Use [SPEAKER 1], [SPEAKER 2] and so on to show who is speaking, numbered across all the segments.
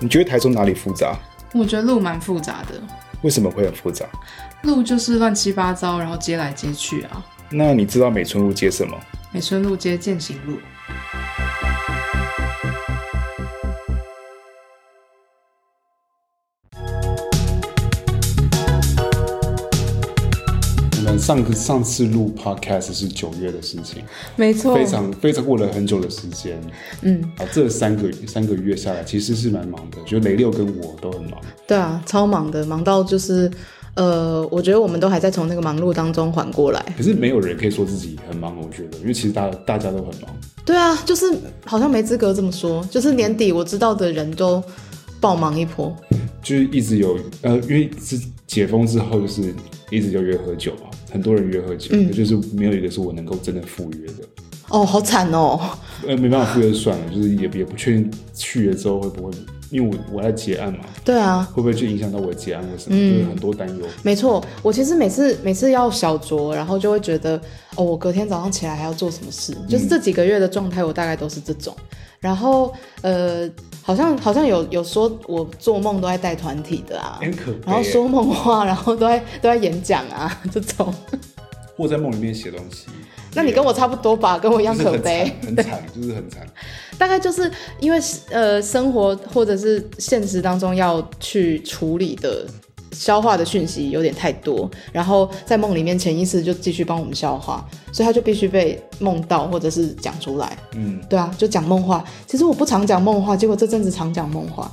[SPEAKER 1] 你觉得台中哪里复杂？
[SPEAKER 2] 我觉得路蛮复杂的，
[SPEAKER 1] 为什么会很复杂？
[SPEAKER 2] 路就是乱七八糟，然后接来接去啊。
[SPEAKER 1] 那你知道美村路接什么？
[SPEAKER 2] 美村路接践行路，
[SPEAKER 1] 我们上上次录 podcast 是九月的事情，
[SPEAKER 2] 没错
[SPEAKER 1] 非常非常过了很久的时间。嗯，啊，这三个三个月下来其实是蛮忙的，就雷六跟我都很忙。
[SPEAKER 3] 对啊，超忙的，忙到就是，呃，我觉得我们都还在从那个忙碌当中缓过来。
[SPEAKER 1] 可是没有人可以说自己很忙，我觉得，因为其实大大家都很忙。
[SPEAKER 3] 对啊，就是好像没资格这么说，就是年底我知道的人都爆忙一波。
[SPEAKER 1] 就是一直有呃，因为是解封之后，就是一直就约喝酒嘛，很多人约喝酒，就是没有一个是我能够真的赴约的，
[SPEAKER 3] 哦，好惨哦！
[SPEAKER 1] 呃，没办法赴约就算了，就是也也不确定去了之后会不会，因为我我在结案嘛，
[SPEAKER 3] 对啊，
[SPEAKER 1] 会不会去影响到我的结案或什
[SPEAKER 3] 嗯
[SPEAKER 1] 么，就是很多担忧。
[SPEAKER 3] 没错，我其实每次每次要小酌，然后就会觉得，哦，我隔天早上起来还要做什么事？
[SPEAKER 1] 嗯
[SPEAKER 3] 就是这几个月的状态，我大概都是这种。然后，呃，好像好像有有说我做梦都在带团体的啊，
[SPEAKER 1] 很可悲
[SPEAKER 3] 然后说梦话，然后都在都在演讲啊， 这种。
[SPEAKER 1] 或在梦里面写东西。
[SPEAKER 3] 那你跟我差不多吧，跟我一样可悲。
[SPEAKER 1] 就是很惨，很惨，就是很惨。
[SPEAKER 3] 大概就是因为呃，生活或者是现实当中要去处理的、消化的讯息有点太多，然后在梦里面潜意识就继续帮我们消化，所以他就必须被梦到或者是讲出来。
[SPEAKER 1] 嗯，
[SPEAKER 3] 对啊，就讲梦话。其实我不常讲梦话，结果这阵子常讲梦话。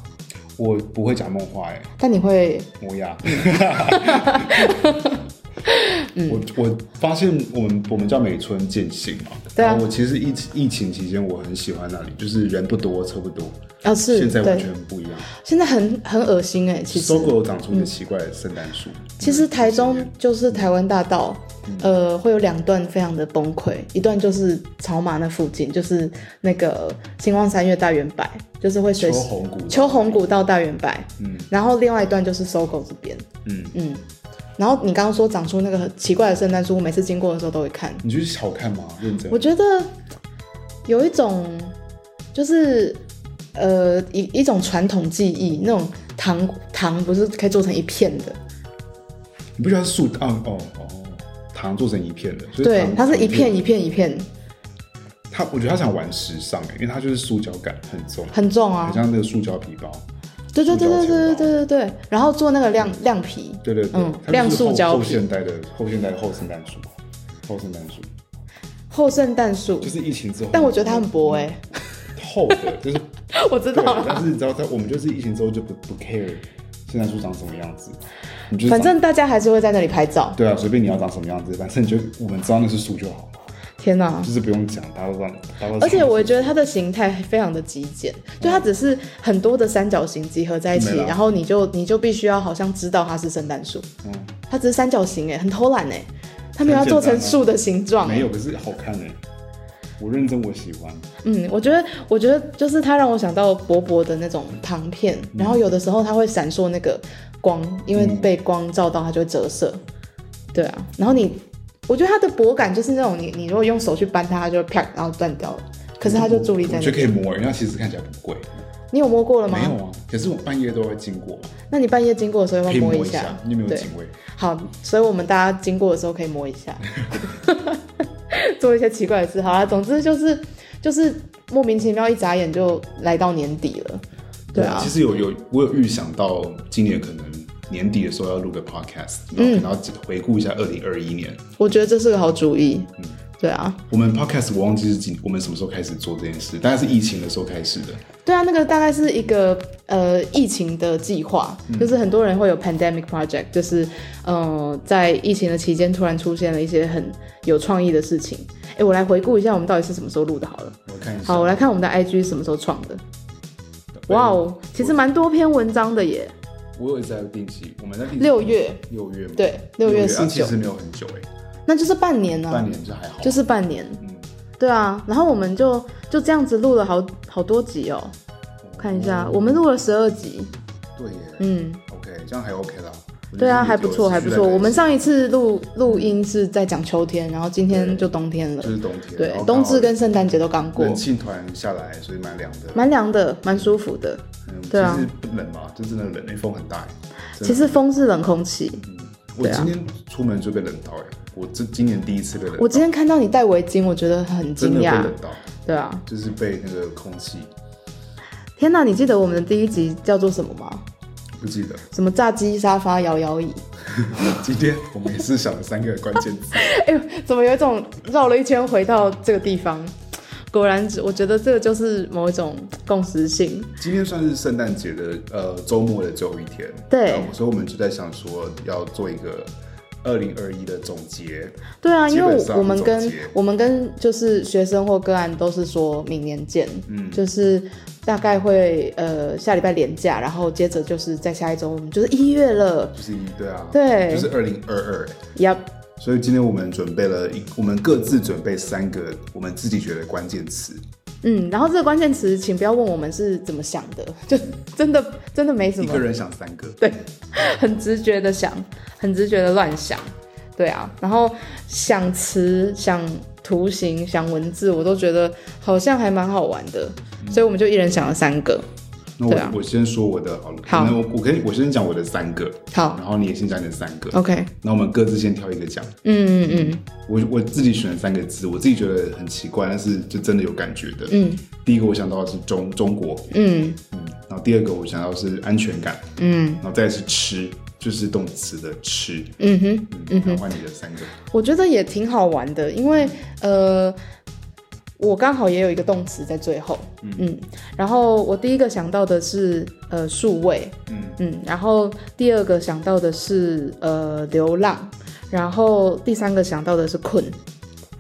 [SPEAKER 1] 我不会讲梦话哎、
[SPEAKER 3] 但你会
[SPEAKER 1] 磨 牙。
[SPEAKER 3] 嗯
[SPEAKER 1] 我我发现我们我们叫美村践行嘛，
[SPEAKER 3] 对啊
[SPEAKER 1] 然后我其实疫疫情期间我很喜欢那里，就是人不多车不多，
[SPEAKER 3] 啊、是
[SPEAKER 1] 现在完
[SPEAKER 3] 对
[SPEAKER 1] 全，不一样。
[SPEAKER 3] 现在很很恶心哎、其实
[SPEAKER 1] 搜狗长出一个奇怪的圣诞树，嗯
[SPEAKER 3] 其实台中就是台湾大道，呃，会有两段非常的崩溃，一段就是草马那附近，就是那个星光三月大圆柏，就是会随
[SPEAKER 1] 秋
[SPEAKER 3] 时
[SPEAKER 1] 红谷，
[SPEAKER 3] 秋红，古道大圆柏，
[SPEAKER 1] 嗯
[SPEAKER 3] 然后另外一段就是搜狗这边，
[SPEAKER 1] 嗯，
[SPEAKER 3] 嗯，然后你刚刚说长出那个很奇怪的圣诞树，我每次经过的时候都会看，
[SPEAKER 1] 你觉得好看吗？认真
[SPEAKER 3] 我，觉得有一种就是呃一一种传统技艺，那种糖糖不是可以做成一片的，
[SPEAKER 1] 你不觉得它是树哦哦哦，糖做成一片的，所以
[SPEAKER 3] 对
[SPEAKER 1] 糖，
[SPEAKER 3] 它是一片
[SPEAKER 1] 糖
[SPEAKER 3] 一片一片，
[SPEAKER 1] 它我觉得它想玩时尚哎，因为它就是塑胶感很重，
[SPEAKER 3] 很重啊
[SPEAKER 1] 很，像那个塑胶皮包，
[SPEAKER 3] 对对对对对对对对对，然后做那个亮亮皮，
[SPEAKER 1] 对对对
[SPEAKER 3] 嗯，
[SPEAKER 1] 它就是
[SPEAKER 3] 亮塑
[SPEAKER 1] 后
[SPEAKER 3] 胶
[SPEAKER 1] 后
[SPEAKER 3] 皮
[SPEAKER 1] 现代的后现代的后圣诞树，后圣诞树
[SPEAKER 3] 后圣诞树
[SPEAKER 1] 就，是疫情之后，嗯
[SPEAKER 3] 但我觉得它很薄哎、
[SPEAKER 1] 厚的，就是
[SPEAKER 3] 我 知道
[SPEAKER 1] 对，
[SPEAKER 3] 了。
[SPEAKER 1] 但是你知道在我们就是疫情之后就不不 care 圣诞树长什么样子，你就是长
[SPEAKER 3] 反正大家还是会在那里拍照。
[SPEAKER 1] 对啊，随便你要长什么样子，反正你就我们知道那是树就好了，
[SPEAKER 3] 天哪！
[SPEAKER 1] 就是不用讲，大家都让大家都知道
[SPEAKER 3] 而且我觉得它的形态非常的极简，就它只是很多的三角形集合在一起
[SPEAKER 1] 没，了
[SPEAKER 3] 然后你就你就必须要好像知道它是圣诞树，
[SPEAKER 1] 嗯
[SPEAKER 3] 它只是三角形哎、很偷懒哎、他们要
[SPEAKER 1] 很简
[SPEAKER 3] 做
[SPEAKER 1] 单
[SPEAKER 3] 成
[SPEAKER 1] 啊
[SPEAKER 3] 树的形状、哎
[SPEAKER 1] 没有，可是好看哎、我认真我喜欢，
[SPEAKER 3] 嗯，我觉得，我觉得就是它让我想到薄薄的那种糖片，
[SPEAKER 1] 嗯
[SPEAKER 3] 然后有的时候它会闪烁那个光，因为被光照到它就会折射。对啊，然后你，我觉得它的薄感就是那种你你如果用手去扳它，它就会啪，然后断掉了。可是它就伫立
[SPEAKER 1] 我
[SPEAKER 3] 在那
[SPEAKER 1] 觉得可以
[SPEAKER 3] 里。
[SPEAKER 1] 摸，因为它其实看起来不贵，
[SPEAKER 3] 你有摸过了吗？
[SPEAKER 1] 没。有啊，可是我半夜都会经过，
[SPEAKER 3] 那你半夜经过的时候要
[SPEAKER 1] 可
[SPEAKER 3] 不
[SPEAKER 1] 以
[SPEAKER 3] 要
[SPEAKER 1] 摸
[SPEAKER 3] 一
[SPEAKER 1] 一下，你有没有
[SPEAKER 3] 对，
[SPEAKER 1] 警卫？
[SPEAKER 3] 好，所以我们大家经过的时候可以摸一下， 做一些奇怪的事。好啦，总之就是就是莫名其妙一眨眼就来到年底了。对啊
[SPEAKER 1] 其，实有有我有预想到今年可能年底的时候要录个 podcast，然
[SPEAKER 3] 嗯
[SPEAKER 1] 后可能要回顾一下二零二一年。
[SPEAKER 3] 我觉得这是个好主意。对啊，
[SPEAKER 1] 我们 podcast 我忘记是几，我们什么时候开始做这件事，大概是疫情的时候开始的。
[SPEAKER 3] 对啊，那个大概是一个呃疫情的计划，就是很多人会有 pandemic project，就是呃在疫情的期间突然出现了一些很有创意的事情。哎，我来回顾一下我们到底是什么时候录的好了。
[SPEAKER 1] 我看一下，
[SPEAKER 3] 好，我来看我们的 IG 是啊什么时候创的。哇哦，其实蛮多篇文章的耶。
[SPEAKER 1] 我有一直在定期，我们在定期
[SPEAKER 3] 六月，
[SPEAKER 1] 六月吗？
[SPEAKER 3] 对，六月十
[SPEAKER 1] 啊其
[SPEAKER 3] 九，
[SPEAKER 1] 实没有很久哎、
[SPEAKER 3] 那就是半年啊，
[SPEAKER 1] 半年就还好。
[SPEAKER 3] 就是半年。
[SPEAKER 1] 嗯，
[SPEAKER 3] 对啊，然后我们就就这样子录了好好多集哦。
[SPEAKER 1] 哦
[SPEAKER 3] 看一下，我们录了十二集，
[SPEAKER 1] 对耶、
[SPEAKER 3] 嗯，
[SPEAKER 1] o k 这样还 OK 啦。
[SPEAKER 3] 对啊，还不错，还不错。我们
[SPEAKER 1] 上
[SPEAKER 3] 上一次录录音是在讲秋天，然后今天
[SPEAKER 1] 对
[SPEAKER 3] 就冬天了
[SPEAKER 1] 就。是冬天，
[SPEAKER 3] 对
[SPEAKER 1] 然后，
[SPEAKER 3] 冬
[SPEAKER 1] 刚
[SPEAKER 3] 至
[SPEAKER 1] 好
[SPEAKER 3] 跟圣诞节都刚过
[SPEAKER 1] 冷，庆团下来，所以蛮凉的。
[SPEAKER 3] 蛮凉的，蛮舒服的。
[SPEAKER 1] 嗯，
[SPEAKER 3] 对啊
[SPEAKER 1] 其实不冷嘛，就真的冷，因为风很大。真的
[SPEAKER 3] 其实风是冷空气。
[SPEAKER 1] 嗯我
[SPEAKER 3] 对啊
[SPEAKER 1] 今天出门就被冷到哎，我这今年第一次被冷到，
[SPEAKER 3] 我今天看到你戴围巾，我觉得很
[SPEAKER 1] 真的
[SPEAKER 3] 惊
[SPEAKER 1] 被
[SPEAKER 3] 讶。
[SPEAKER 1] 冷到，
[SPEAKER 3] 对啊，
[SPEAKER 1] 就是被那个空气
[SPEAKER 3] 天哪！你记得我们的第一集叫做什么吗？
[SPEAKER 1] 不记得。
[SPEAKER 3] 什么炸鸡沙发摇摇椅？
[SPEAKER 1] 今天我们也是想了三个关键词，
[SPEAKER 3] 哎呦，怎么有一种绕了一圈回到这个地方？果然，我觉得这个就是某一种共识性。
[SPEAKER 1] 今天算是圣诞节的呃周末的最后一天，
[SPEAKER 3] 对
[SPEAKER 1] 然后所以我们就在想说要做一个二零二一的总结，
[SPEAKER 3] 对啊，
[SPEAKER 1] 基
[SPEAKER 3] 因
[SPEAKER 1] 本
[SPEAKER 3] 为
[SPEAKER 1] 上
[SPEAKER 3] 我们
[SPEAKER 1] 总
[SPEAKER 3] 跟
[SPEAKER 1] 结
[SPEAKER 3] 我们跟就是学生或个案都是说明年见，
[SPEAKER 1] 嗯
[SPEAKER 3] 就是大概会呃下礼拜连假，然后接着就是在下一周我们就是一月了，
[SPEAKER 1] 就是一对啊，
[SPEAKER 3] 对
[SPEAKER 1] 就是二零二二，
[SPEAKER 3] 呀、
[SPEAKER 1] 所以今天我们准备了一，我们各自准备三个我们自己觉得关键词，
[SPEAKER 3] 嗯，然后这个关键词请不要问我们是怎么想的， 就真的真的没什
[SPEAKER 1] 一
[SPEAKER 3] 么
[SPEAKER 1] 个，人想三个，
[SPEAKER 3] 对，很直觉的想，很直觉的乱想，对啊，然后想词、想图形、想文字，我都觉得好像还蛮好玩的，所以我们就一人想了三个，
[SPEAKER 1] 那我、
[SPEAKER 3] 对啊
[SPEAKER 1] 我先说我的好了，
[SPEAKER 3] 好
[SPEAKER 1] 那我我可以我先讲我的三个，
[SPEAKER 3] 好
[SPEAKER 1] 然后你也先讲你的三个，
[SPEAKER 3] ，OK，
[SPEAKER 1] 那我们各自先挑一个讲，
[SPEAKER 3] 嗯嗯嗯，
[SPEAKER 1] 我我自己选了三个字，我自己觉得很奇怪，但是就真的有感觉的，
[SPEAKER 3] 嗯，
[SPEAKER 1] 第一个我想到的是中中国，
[SPEAKER 3] 嗯
[SPEAKER 1] 嗯，然后第二个我想到的是安全感，
[SPEAKER 3] 嗯
[SPEAKER 1] 然后再来是吃，就是动词的吃，
[SPEAKER 3] 嗯哼，
[SPEAKER 1] 嗯，然后换你的三个，
[SPEAKER 3] 我觉得也挺好玩的，因为呃，我刚好也有一个动词在最后，嗯然后我第一个想到的是呃数位，
[SPEAKER 1] 嗯
[SPEAKER 3] 嗯，然后第二个想到的是呃流浪，然后第三个想到的是困，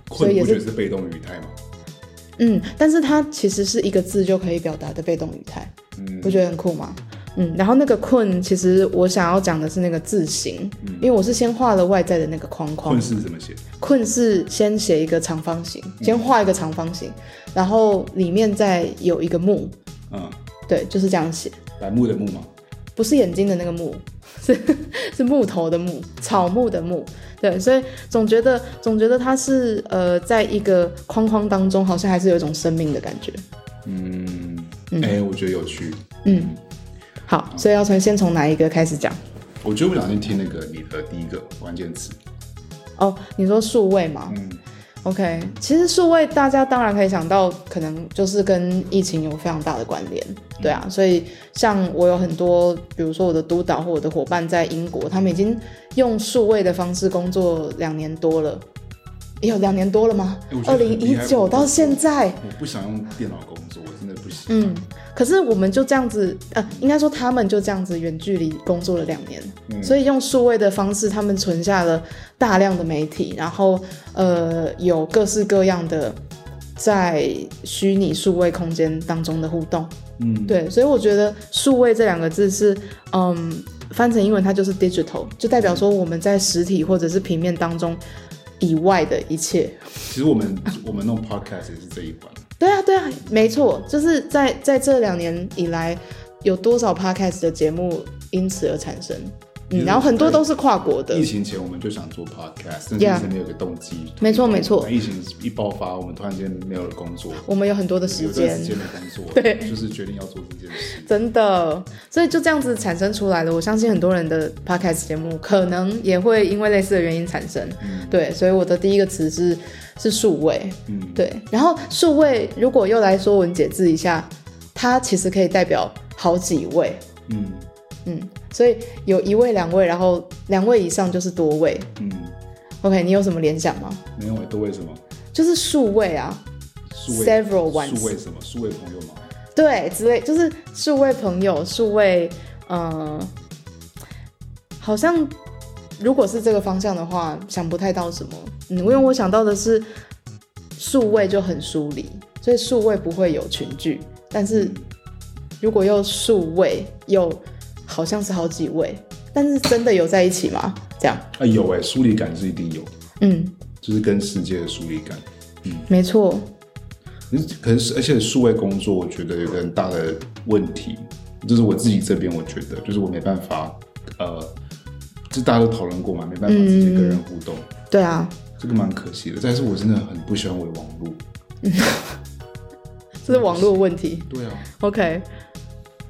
[SPEAKER 3] 所
[SPEAKER 1] 困
[SPEAKER 3] 以也
[SPEAKER 1] 不觉
[SPEAKER 3] 是
[SPEAKER 1] 得是被动语态吗？
[SPEAKER 3] 嗯，但是它其实是一个字就可以表达的被动语态，
[SPEAKER 1] 嗯
[SPEAKER 3] 不觉得很酷吗？嗯，然后那个困，其实我想要讲的是那个字形，因为我是先画了外在的那个框框
[SPEAKER 1] 嗯困，是怎么嗯写？
[SPEAKER 3] 困是先写一个长方形，先画一个长方形，然后里面再有一个木，
[SPEAKER 1] 嗯，
[SPEAKER 3] 对，就是这样写，
[SPEAKER 1] 白木的木嘛，
[SPEAKER 3] 不是眼睛的那个木， 是是木头的木，草木的木，对，所以总觉得总觉得它是呃，在一个框框当中，好像还是有一种生命的感觉。
[SPEAKER 1] 嗯，哎、我觉得有趣，
[SPEAKER 3] 嗯，好，所以要从先从哪一个开始讲？
[SPEAKER 1] 我觉得我想先听那个你的第一个关键词，
[SPEAKER 3] 哦，你说数位嘛、
[SPEAKER 1] 嗯
[SPEAKER 3] o k 其实数位大家当然可以想到，可能就是跟疫情有非常大的关联，
[SPEAKER 1] 嗯
[SPEAKER 3] 对啊，所以像我有很多，比如说我的督导或我的伙伴在英国，他们已经用数位的方式工作两年多了，也有两年多了吗
[SPEAKER 1] 哎我？觉
[SPEAKER 3] 二
[SPEAKER 1] 得
[SPEAKER 3] 零
[SPEAKER 1] 很
[SPEAKER 3] 一
[SPEAKER 1] 厉害
[SPEAKER 3] 九到现在，
[SPEAKER 1] 我不想用电脑工作，我真的不行，
[SPEAKER 3] 嗯，可是我们就这样子，呃，应该说他们就这样子远距离工作了两年，所以用数位的方式，他们存下了大量的媒体，然后呃，有各式各样的在虚拟数位空间当中的互动。
[SPEAKER 1] 嗯，
[SPEAKER 3] 对，所以我觉得“数位”这两个字是，嗯，翻成英文它就是 digital，就代表说我们在实体或者是平面当中以外的一切。
[SPEAKER 1] 其实我们我们弄 podcast 也是这一环，
[SPEAKER 3] 对啊，对啊，没错，就是在在这两年以来，有多少 podcast 的节目因此而产生？嗯，然后很多都是跨国的
[SPEAKER 1] 疫，情前我们就想做 podcast，但
[SPEAKER 3] Yeah
[SPEAKER 1] 是没有个动机。
[SPEAKER 3] 没错没错
[SPEAKER 1] 疫情一爆发，我们突然间没有了工作，
[SPEAKER 3] 我们有很多的
[SPEAKER 1] 有
[SPEAKER 3] 时
[SPEAKER 1] 段
[SPEAKER 3] 间
[SPEAKER 1] 时，间没工作，
[SPEAKER 3] 对
[SPEAKER 1] 就是决定要做这件事。
[SPEAKER 3] 真的，所以就这样子产生出来了。我相信很多人的 podcast 节目可能也会因为类似的原因产生。对，所以我的第一个词是是数位，
[SPEAKER 1] 嗯
[SPEAKER 3] 对。然后数位如果又来说文解字一下，它其实可以代表好几位，
[SPEAKER 1] 嗯
[SPEAKER 3] 嗯，所以有一位、两位，然后两位以上就是多位。
[SPEAKER 1] 嗯，
[SPEAKER 3] OK，你有什么联想吗？
[SPEAKER 1] 没有都为什么？
[SPEAKER 3] 就是数位啊，
[SPEAKER 1] 数位
[SPEAKER 3] Several ones
[SPEAKER 1] 数位什么？数位朋友吗？
[SPEAKER 3] 对，之类，就是数位朋友、数位，呃，好像如果是这个方向的话，想不太到什么。嗯，因为我想到的是数位就很疏离，所以数位不会有群聚，但是如果又数位又好像是好几位，但是真的有在一起吗？这样，
[SPEAKER 1] 啊，有哎、疏离感是一定有，
[SPEAKER 3] 嗯，
[SPEAKER 1] 就是跟世界的疏离感。
[SPEAKER 3] 没错，
[SPEAKER 1] 嗯可是，而且数位工作，我觉得有个很大的问题，就是我自己这边，我觉得就是我没办法，呃，这大家都讨论过嘛，没办法直接跟人互动，
[SPEAKER 3] 对啊，
[SPEAKER 1] 这个蛮可惜的。但是我真的很不喜欢我的网络。
[SPEAKER 3] 这是网络问题。
[SPEAKER 1] 对啊，
[SPEAKER 3] OK，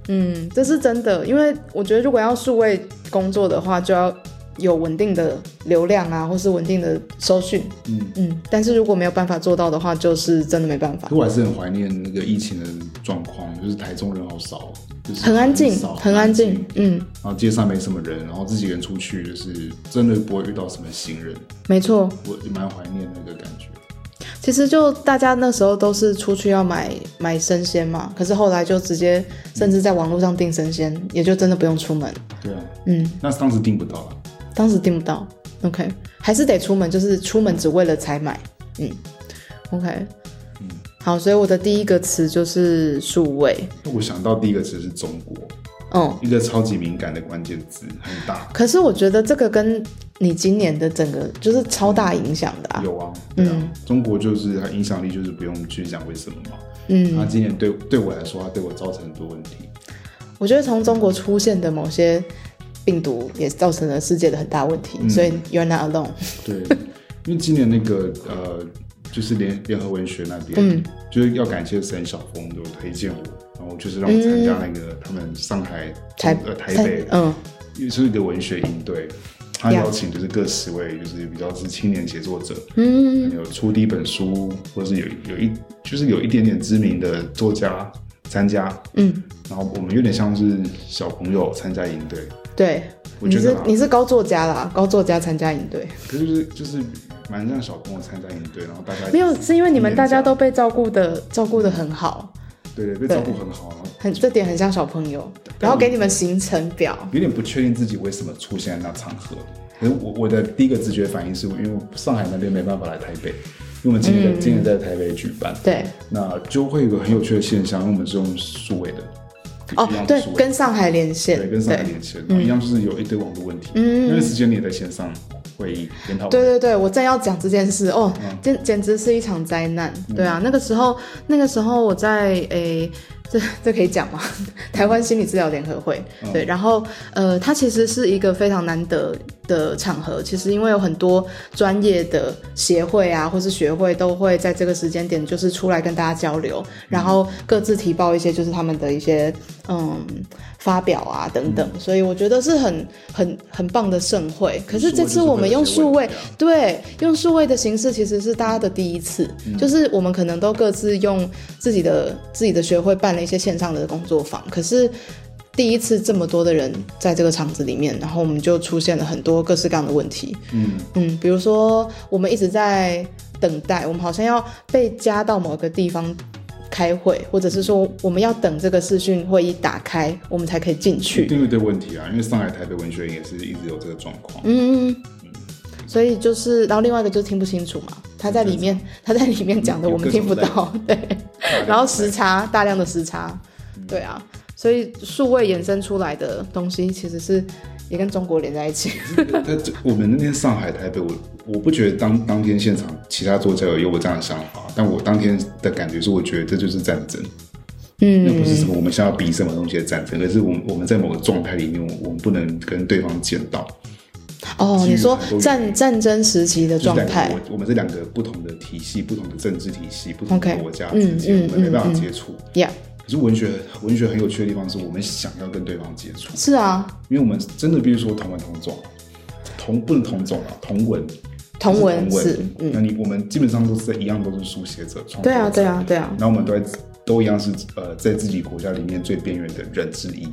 [SPEAKER 3] 嗯，这是真的，因为我觉得如果要数位工作的话，就要有稳定的流量啊，或是稳定的收讯。
[SPEAKER 1] 嗯，
[SPEAKER 3] 嗯，但是如果没有办法做到的话，就是真的没办法
[SPEAKER 1] 可。我还是很怀念那个疫情的状况，就是台中人好少哦，就是
[SPEAKER 3] 很安静
[SPEAKER 1] 少，
[SPEAKER 3] 很安静，嗯，
[SPEAKER 1] 然后街上没什么人，然后自己一个人出去，就是真的不会遇到什么行人，
[SPEAKER 3] 没错。
[SPEAKER 1] 我蛮怀念那个感觉。
[SPEAKER 3] 其实就大家那时候都是出去要买买生鲜嘛，可是后来就直接甚至在网络上订生鲜，也就真的不用出门。
[SPEAKER 1] 对啊，
[SPEAKER 3] 嗯，
[SPEAKER 1] 那当时订不到了，
[SPEAKER 3] 当时订不到，OK，还是得出门，就是出门只为了采买，嗯，OK，好，
[SPEAKER 1] 嗯
[SPEAKER 3] 所以我的第一个词就是数位，
[SPEAKER 1] 我想到第一个词是中国，
[SPEAKER 3] 嗯，
[SPEAKER 1] 一个超级敏感的关键字，很大，
[SPEAKER 3] 可是我觉得这个跟你今年的整个就是超大影响的啊，
[SPEAKER 1] 有啊，对啊，中国就是它影响力就是不用去讲为什么嘛，
[SPEAKER 3] 嗯，
[SPEAKER 1] 它今年对对我来说，它对我造成很多问题，
[SPEAKER 3] 我觉得从中国出现的某些病毒也造成了世界的很大问题，
[SPEAKER 1] 嗯
[SPEAKER 3] 所以 you're not alone，
[SPEAKER 1] 对， 因为今年那个呃，就是联联合文学那边，
[SPEAKER 3] 嗯
[SPEAKER 1] 就是要感谢沈晓峰有推荐我，然后就是让我参加那个、他们上海
[SPEAKER 3] 嗯台
[SPEAKER 1] 呃台北
[SPEAKER 3] 嗯，
[SPEAKER 1] 就是一个文学营队，他邀请就是各十位就是比较是青年写作者，嗯，有出第一本书，或是有有一就是有一点点知名的作家参加，嗯，然后我们有点像是小朋友参加营队，
[SPEAKER 3] 对，
[SPEAKER 1] 我
[SPEAKER 3] 你
[SPEAKER 1] 觉得啊
[SPEAKER 3] 是
[SPEAKER 1] 啦
[SPEAKER 3] 你是高作家啦，高作家参加营队。
[SPEAKER 1] 可是就是就是蛮像小朋友参加营队，然后大家
[SPEAKER 3] 没有，是因为你们大家
[SPEAKER 1] 演讲
[SPEAKER 3] 都被照顾的照顾的很好，
[SPEAKER 1] 对对被照顾很好，然后
[SPEAKER 3] 很这点很像小朋友，然后给你们行程表，
[SPEAKER 1] 有点不确定自己为什么出现在那场合。可是我我的第一个直觉反应是，因为上海那边没办法来台北，因为我们今年、今年在台北举办，
[SPEAKER 3] 对，
[SPEAKER 1] 那就会有个很有趣的现象，因为我们是用数位的，
[SPEAKER 3] 哦
[SPEAKER 1] 一样，是
[SPEAKER 3] 对
[SPEAKER 1] 数，位
[SPEAKER 3] 跟嗯上海连线，
[SPEAKER 1] 对跟上海连线，然后一样就是有一堆网络问题，嗯，那段时间你也在线上会议研讨会，
[SPEAKER 3] 对对对，我正要讲这件事哦，
[SPEAKER 1] 嗯
[SPEAKER 3] 简、简直是一场灾难。对啊，那个时候，那个时候我在诶，这 这可以讲吗？台湾心理治疗联合会，
[SPEAKER 1] 嗯
[SPEAKER 3] 对，然后呃，它其实是一个非常难得的场合，其实因为有很多专业的协会啊，或是学会都会在这个时间点就是出来跟大家交流，
[SPEAKER 1] 嗯
[SPEAKER 3] 然后各自提报一些就是他们的一些嗯发表啊等
[SPEAKER 1] 嗯
[SPEAKER 3] 等，所以我觉得是很很很棒的盛会。可是这次我们用数
[SPEAKER 1] 就是为了解问
[SPEAKER 3] 位
[SPEAKER 1] 题啊，
[SPEAKER 3] 对，用数位的形式其实是大家的第一次，就是我们可能都各自用自己的自己的学会办了一些线上的工作坊，可是第一次这么多的人在这个场子里面，然后我们就出现了很多各式各样的问题，
[SPEAKER 1] 嗯
[SPEAKER 3] 嗯，比如说我们一直在等待，我们好像要被加到某个地方。开会，或者是说我们要等这个视讯会议打开，我们才可以进去
[SPEAKER 1] 一。定有一堆问题啊，因为上海台北文学营也是一直有这个状况，
[SPEAKER 3] 嗯，所以就是，然后另外一个就是听不清楚嘛，他在里面他在里面讲的
[SPEAKER 1] 有
[SPEAKER 3] 我们
[SPEAKER 1] 各种
[SPEAKER 3] 听不到，对，然后时差大量的时差，对啊，所以数位衍生出来的东西其实是也跟中国连在一起，
[SPEAKER 1] 但这我们那天上海、台北，我我不觉得当当天现场其他作家有有我这样的想法，但我当天的感觉是，我觉得这就是战争，那
[SPEAKER 3] 嗯，
[SPEAKER 1] 不是什么我们想要比什么东西的战争，而是我们我们在某个状态里面，我我们不能跟对方见到
[SPEAKER 3] 哦，
[SPEAKER 1] 基于
[SPEAKER 3] 你说
[SPEAKER 1] 很多原因
[SPEAKER 3] 战战争时期
[SPEAKER 1] 就
[SPEAKER 3] 的
[SPEAKER 1] 是
[SPEAKER 3] 状
[SPEAKER 1] 两个
[SPEAKER 3] 态，
[SPEAKER 1] 我我们是两个不同的体系、不同的政治体系、不同的
[SPEAKER 3] OK，
[SPEAKER 1] 国家
[SPEAKER 3] 嗯
[SPEAKER 1] 之间，
[SPEAKER 3] 嗯
[SPEAKER 1] 我们没办法接触。
[SPEAKER 3] 呀、
[SPEAKER 1] 可是文学文学很有趣的地方是我们想要跟对方接触，
[SPEAKER 3] 是啊，
[SPEAKER 1] 因为我们真的必须说同文同种，同不能同种啊，同文。
[SPEAKER 3] 同文嗯
[SPEAKER 1] 就是是，同文，那你我们基本上都是一样，都是书写者、创作者，
[SPEAKER 3] 对啊，对啊，对啊，
[SPEAKER 1] 然后我们都在都一样是呃，在自己国家里面最边缘的人之一。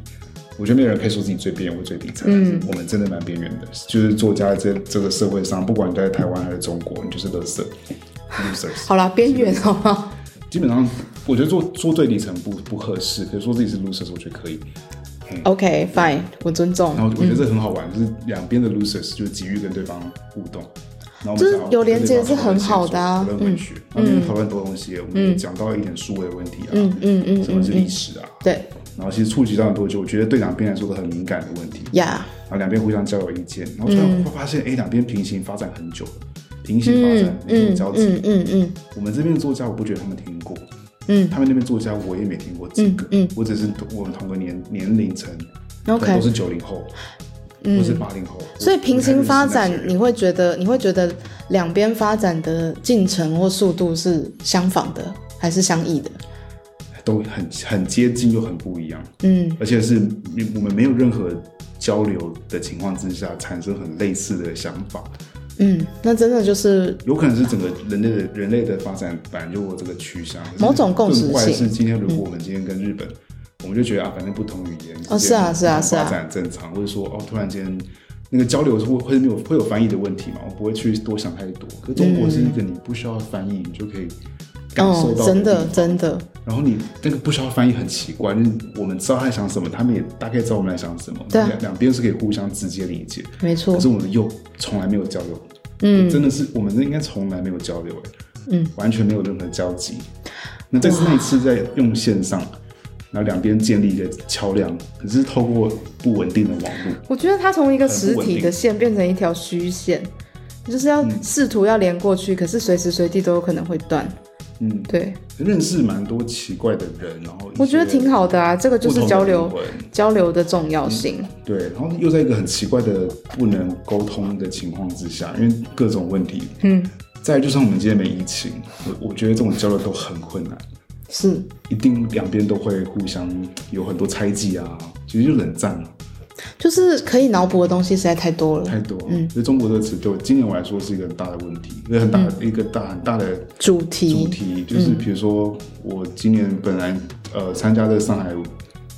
[SPEAKER 1] 我觉得没有人可以说自己最边缘或最底层，但
[SPEAKER 3] 嗯
[SPEAKER 1] 是我们真的蛮边缘的。就是作家在这个社会上，不管你在台湾还是中国，你就是垃 圾 losers。
[SPEAKER 3] 好啦，边缘哦好吗？
[SPEAKER 1] 基本上，我觉得做做最底层不不合适，可是说自己是 losers，我觉得可以。
[SPEAKER 3] OK，fine，、我尊重。
[SPEAKER 1] 然后我觉得这很好玩，就是两边的 losers 就是急于跟对方互动，然后我们
[SPEAKER 3] 就是
[SPEAKER 1] 想要
[SPEAKER 3] 有连接
[SPEAKER 1] 跟对方
[SPEAKER 3] 是很好的啊嗯
[SPEAKER 1] 讨论文学，然后因为讨论很多东西，我们也讲到一点数位的问题啊，嗯嗯嗯，什么是历史啊，
[SPEAKER 3] 对
[SPEAKER 1] 然后其实触及到很多，就我觉得对两边来说都很敏感的问题，
[SPEAKER 3] 呀
[SPEAKER 1] 然后啊两边互相交流意见，
[SPEAKER 3] 嗯
[SPEAKER 1] 然后突然会发现，哎，两边平行发展很久了，平行发展没什么交集，
[SPEAKER 3] 嗯嗯嗯，
[SPEAKER 1] 我们这边的作家，我不觉得他们听过，嗯，他们那边作家我也没听过几个，嗯，我只是我们同个年年龄层
[SPEAKER 3] 嗯 OK 嗯
[SPEAKER 1] 可能都是九零后，或是八零后。
[SPEAKER 3] 所以
[SPEAKER 1] 我
[SPEAKER 3] 平行发
[SPEAKER 1] 我才认
[SPEAKER 3] 展
[SPEAKER 1] 识那些，人
[SPEAKER 3] 你会觉得你会觉得两边发展的进程或速度是相仿的，还是相异的？
[SPEAKER 1] 都很很接近又很不一样，
[SPEAKER 3] 嗯
[SPEAKER 1] 而且是我们没有任何交流的情况之下，产生很类似的想法。
[SPEAKER 3] 嗯，那真的就是
[SPEAKER 1] 有可能是整个人类的人类的发展本来就有这个趋向，
[SPEAKER 3] 某种共识性
[SPEAKER 1] 更
[SPEAKER 3] 嗯
[SPEAKER 1] 怪是今天如果我们今天跟日本，我们就觉得啊，反正不同语言
[SPEAKER 3] 哦是啊是啊是啊
[SPEAKER 1] 发展正常，或者说哦，突然间那个交流是会会没有会有翻译的问题嘛，我不会去多想太多。可是中国是一个你不需要翻译，你就可以感受
[SPEAKER 3] 哦，
[SPEAKER 1] 到
[SPEAKER 3] 真
[SPEAKER 1] 的
[SPEAKER 3] 的
[SPEAKER 1] 地方。
[SPEAKER 3] 真的，
[SPEAKER 1] 然后你那个不需要翻译很奇怪，就是我们知道他在想什么，他们也大概知道我们在想什么，
[SPEAKER 3] 对啊
[SPEAKER 1] 两两边是可以互相直接理解。
[SPEAKER 3] 没错
[SPEAKER 1] 可是。我们又从来没有交流，嗯，真的是我们应该从来没有交流、欸，嗯，完全没有任何交集。那但是那一次在用线上，然后两边建立一个桥梁，可是透过不稳定的网络，
[SPEAKER 3] 我觉得它从一个
[SPEAKER 1] 很不
[SPEAKER 3] 实
[SPEAKER 1] 稳
[SPEAKER 3] 体的
[SPEAKER 1] 定
[SPEAKER 3] 线变成一条虚线，就是要试图要连过去，可是随时随地都有可能会断。
[SPEAKER 1] 嗯，
[SPEAKER 3] 对，
[SPEAKER 1] 认识蛮多奇怪的人，然后一些
[SPEAKER 3] 我觉得挺好的啊，这个就
[SPEAKER 1] 不同的
[SPEAKER 3] 是交流
[SPEAKER 1] 灵魂
[SPEAKER 3] 交流的嗯重要性。
[SPEAKER 1] 对，然后又在一个很奇怪的不能沟通的情况之下，因为各种问题，嗯，再来就算我们今天没疫情，我我觉得这种交流都很困难。
[SPEAKER 3] 是，
[SPEAKER 1] 一定两边都会互相有很多猜忌啊，其实就冷战啊，
[SPEAKER 3] 就是可以脑补的东西实在太多了。
[SPEAKER 1] 太多了。所以中国的词对我今年我来说是一个很大的问题，一个很大的、
[SPEAKER 3] 嗯
[SPEAKER 1] 一个大很大的
[SPEAKER 3] 主
[SPEAKER 1] 主
[SPEAKER 3] 题，
[SPEAKER 1] 题，就是比如说我今年本来呃参加的上海。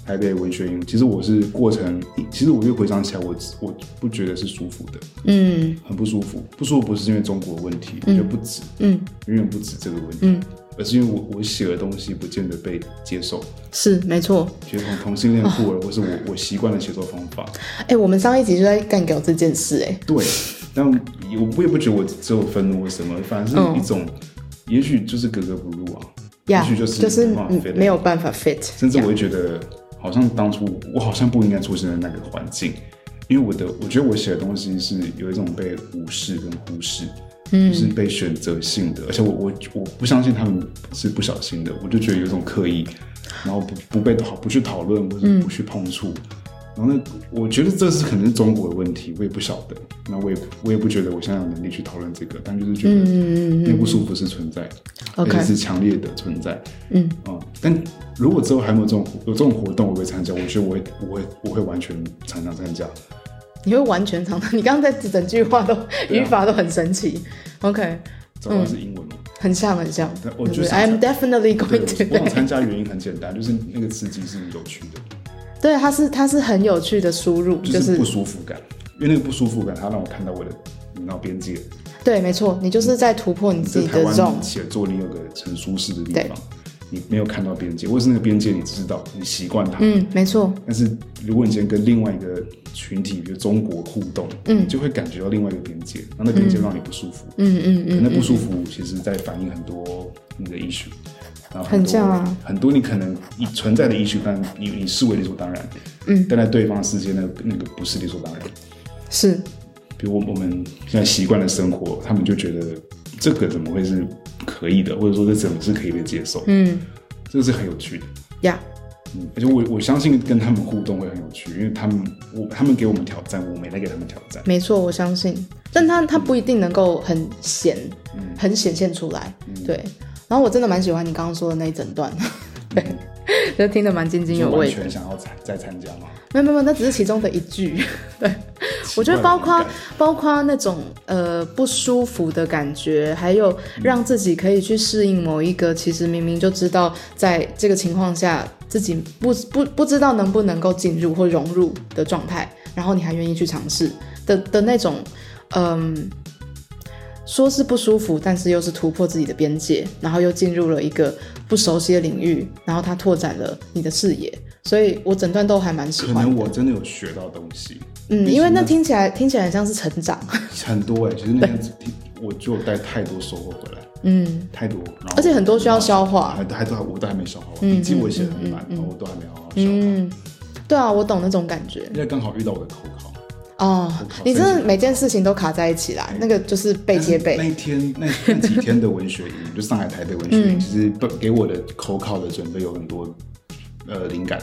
[SPEAKER 1] 台北文学营，其实我是过程，其实我就回想起来，我我不觉得是舒服的，
[SPEAKER 3] 嗯
[SPEAKER 1] 很不舒服。不舒服不是因为中国问题，我觉得不止，
[SPEAKER 3] 嗯，
[SPEAKER 1] 远远不止这个问题，而是因为我我写的东西不见得被接受，
[SPEAKER 3] 是没错。
[SPEAKER 1] 觉得同同性恋酷儿，或是 我我习惯的写作方法。
[SPEAKER 3] 哎、我们上一集就在干掉这件事、哎，
[SPEAKER 1] 对，但我我也不觉得我只有愤怒或什么，反正
[SPEAKER 3] 嗯
[SPEAKER 1] 是一种，也许就是格格不入啊，
[SPEAKER 3] 呀
[SPEAKER 1] 也许，就是
[SPEAKER 3] 就是
[SPEAKER 1] 没办法
[SPEAKER 3] 嗯
[SPEAKER 1] fit in
[SPEAKER 3] 没有，办法 fit，
[SPEAKER 1] 甚至我会觉得好像当初我好像不应该出生在那个环境，因为我的我觉得我写的东西是有一种被无视跟忽视。
[SPEAKER 3] 嗯
[SPEAKER 1] 就是被选择性的，而且我我我不相信他们是不小心的，我就觉得有一种刻意，然后不不被讨不去讨论或者不去碰触，然后呢，我觉得这是可能是中国的问题，我也不晓得，那我也我也不觉得我现在有能力去讨论这个，但就是觉得那不舒服是存在，而
[SPEAKER 3] OK
[SPEAKER 1] 且是强烈的存在，嗯啊、但如果之后还没有这种有这种活动，我会参加，我觉得我会我会我会完全常常参加，
[SPEAKER 3] 你会完全常常，你刚刚在整句话都、
[SPEAKER 1] 啊
[SPEAKER 3] 语法都很神奇，OK，
[SPEAKER 1] 找到是英文吗？
[SPEAKER 3] 很像很像
[SPEAKER 1] 但。我
[SPEAKER 3] 就
[SPEAKER 1] 就是是
[SPEAKER 3] I'm definitely
[SPEAKER 1] 对，
[SPEAKER 3] going
[SPEAKER 1] 我
[SPEAKER 3] to
[SPEAKER 1] 我想参加原因很简单，就是那个刺激是有趣的。
[SPEAKER 3] 对，它是它是很有趣的输入，就
[SPEAKER 1] 就是
[SPEAKER 3] 是
[SPEAKER 1] 不舒服感，因为那个不舒服感，它让我看到我的脑边界。
[SPEAKER 3] 对，没错，你就是在突破你
[SPEAKER 1] 在
[SPEAKER 3] 自己
[SPEAKER 1] 台
[SPEAKER 3] 的这种
[SPEAKER 1] 湾写作，你有个很舒适的地
[SPEAKER 3] 对
[SPEAKER 1] 方，你没有看到边界，或是那个边界你知道，你习惯它。
[SPEAKER 3] 嗯，没错，
[SPEAKER 1] 但是如果你今天跟另外一个群体，比如中国互动，嗯，就会感觉到另外一个边界，然后那边界让你不舒服，
[SPEAKER 3] 嗯嗯
[SPEAKER 1] 可能那不舒服其实在反映很多你的 issue，然后
[SPEAKER 3] 很
[SPEAKER 1] 多
[SPEAKER 3] 像啊
[SPEAKER 1] 很多你可能你存在的 issue，但你你视为理所当然，嗯，但在对方世界那个那个不是理所当然，
[SPEAKER 3] 是
[SPEAKER 1] 比如我我们现在习惯的生活，他们就觉得这个怎么会是可以的，或者说这怎么是可以被接受？嗯，这个是很有趣的。
[SPEAKER 3] 呀
[SPEAKER 1] 嗯，而且我我相信跟他们互动会很有趣，因为他们我他们给我们挑战，我们也在给他们挑战。
[SPEAKER 3] 没错，我相信，但它它不一定能够很显、
[SPEAKER 1] 嗯
[SPEAKER 3] 很显现出来，对。然后我真的蛮喜欢你刚刚说的那一整段， 对，就听得蛮津津
[SPEAKER 1] 就
[SPEAKER 3] 有
[SPEAKER 1] 嗯完
[SPEAKER 3] 味的。
[SPEAKER 1] 全想要再再参加吗？
[SPEAKER 3] 没有没有没有，那只是其中的一句。 对，我觉得包括包括那种呃不舒服的感觉，还有
[SPEAKER 1] 嗯
[SPEAKER 3] 让自己可以去适应某一个，其实明明就知道在这个情况下自己不不不知道能不能够进入或融入的状态，然后你还愿意去尝试的的那种，嗯。说是不舒服，但是又是突破自己的边界，然后又进入了一个不熟悉的领域，然后它拓展了你的视野，所以我整段都还蛮喜
[SPEAKER 1] 可
[SPEAKER 3] 欢
[SPEAKER 1] 能
[SPEAKER 3] 的。
[SPEAKER 1] 我真的有学到东西，
[SPEAKER 3] 嗯，因为那听起来听起来很像是成 长，
[SPEAKER 1] 很多哎、其实那天听我就有带太多收获回来，
[SPEAKER 3] 嗯，
[SPEAKER 1] 太多，然后
[SPEAKER 3] 而且很多需要消化。嗯
[SPEAKER 1] 还还都还我都还没消化完，笔记我写的很满，然后我都还没好好消化，因
[SPEAKER 3] 对啊，我懂那种感觉
[SPEAKER 1] 为刚好遇到我的口考。
[SPEAKER 3] 哦
[SPEAKER 1] 我靠。
[SPEAKER 3] 你真的每件事情都卡在一起啦，那个就是背
[SPEAKER 1] 但是
[SPEAKER 3] 接
[SPEAKER 1] 那
[SPEAKER 3] 背。
[SPEAKER 1] 一天那那几天的文学营，就上
[SPEAKER 3] 嗯
[SPEAKER 1] 海、台北文学营，其实不给我的口考的准备有很多呃灵感。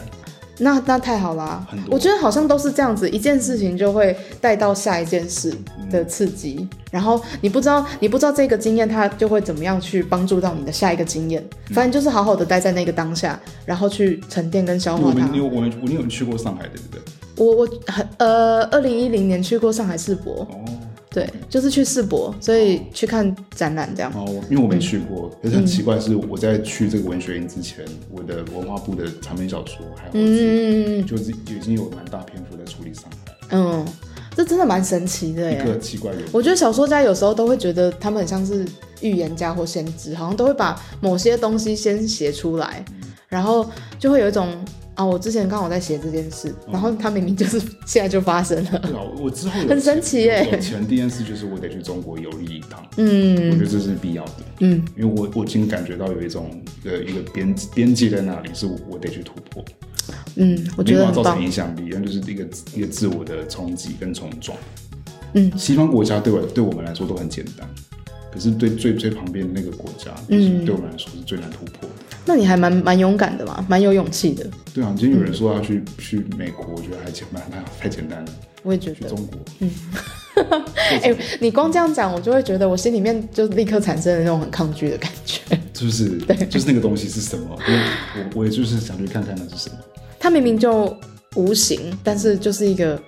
[SPEAKER 3] 那那太好啦
[SPEAKER 1] 很！多
[SPEAKER 3] 我觉得好像都是这样子，一件事情就会带到下一件事
[SPEAKER 1] 嗯
[SPEAKER 3] 的刺激，然后你不知道你不知道这个经验它就会怎么样去帮助到你的下一个经验。
[SPEAKER 1] 嗯
[SPEAKER 3] 反正就是好好的待在那个当下，然后去沉淀跟消
[SPEAKER 1] 我
[SPEAKER 3] 化它
[SPEAKER 1] 们你。有我们你有去过上海对不对？
[SPEAKER 3] 我我很呃，二零一零年去过上海世博，
[SPEAKER 1] 哦，
[SPEAKER 3] 对，就是去世博，所以去看展览这样。
[SPEAKER 1] 哦，我因为我没去过，
[SPEAKER 3] 嗯
[SPEAKER 1] 可是很奇怪是我在去这个文学营之前，我的文化部的长篇小说还有
[SPEAKER 3] 嗯
[SPEAKER 1] 就是已经有蛮大篇幅在处理上海，
[SPEAKER 3] 嗯，这真的蛮神奇的
[SPEAKER 1] 一
[SPEAKER 3] 耶。
[SPEAKER 1] 个奇怪的
[SPEAKER 3] 我觉得小说家有时候都会觉得他们很像是预言家或先知，好像都会把某些东西先写出来，然后就会有一种啊，我之前刚好在写这件事，然后它明明就是现在就发生了。
[SPEAKER 1] 对啊，我之后有
[SPEAKER 3] 很神奇耶
[SPEAKER 1] 有钱第一件事就是我得去中国游历一趟，我
[SPEAKER 3] 嗯
[SPEAKER 1] 觉得这是必要的，
[SPEAKER 3] 嗯，
[SPEAKER 1] 因为我我已经感觉到有一种呃一个边边界在那里，是我我得去突破，
[SPEAKER 3] 嗯，我觉
[SPEAKER 1] 没
[SPEAKER 3] 得
[SPEAKER 1] 办法造
[SPEAKER 3] 很
[SPEAKER 1] 成
[SPEAKER 3] 棒。
[SPEAKER 1] 影响力，那就是一个一个自我的冲击跟冲撞。
[SPEAKER 3] 嗯，
[SPEAKER 1] 西方国家对我对我们来说都很简单，可是对最最旁边那个国家，嗯，对我们来说是最难突破的。
[SPEAKER 3] 那你还蛮蛮勇敢的嘛，蛮有勇气的，
[SPEAKER 1] 对啊，今天有人说要去去美国，我觉得还简单，太太简单了。
[SPEAKER 3] 我也觉
[SPEAKER 1] 去
[SPEAKER 3] 得。
[SPEAKER 1] 中国，
[SPEAKER 3] 哎、你光这样讲，我就会觉得我心里面就立刻产生了那种很抗拒的感觉。
[SPEAKER 1] 就是就是那个东西是什么？因为我我也就是想去看看那是什么。
[SPEAKER 3] 它明明就无形，但是就是一个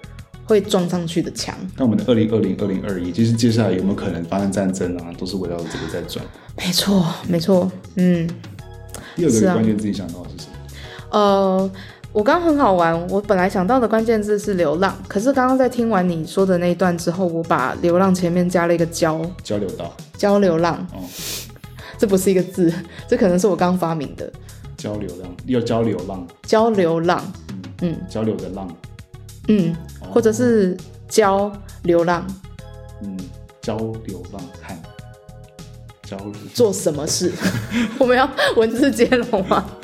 [SPEAKER 3] 会撞上去的墙。
[SPEAKER 1] 那我们的二零二零、二零二一，其实接下来有没有可能发生战争啊？都是围绕着这个在转。
[SPEAKER 3] 没错，没错，嗯，
[SPEAKER 1] 第二
[SPEAKER 3] 是
[SPEAKER 1] 个
[SPEAKER 3] 啊
[SPEAKER 1] 关键自己想到的是什么？
[SPEAKER 3] 呃，我刚刚很好玩，我本来想到的关键字是流浪，可是刚刚在听完你说的那一段之后，我把流浪前面加了一个交，
[SPEAKER 1] 交流道，
[SPEAKER 3] 交流浪，
[SPEAKER 1] 哦，
[SPEAKER 3] 这不是一个字，这可能是我刚发明的，
[SPEAKER 1] 交流浪，要交流浪，
[SPEAKER 3] 交流浪，嗯
[SPEAKER 1] 交流的浪，
[SPEAKER 3] 嗯，或者是交流浪
[SPEAKER 1] 嗯，交流浪汉，交流
[SPEAKER 3] 做什么事？ 我们要文字接龙吗？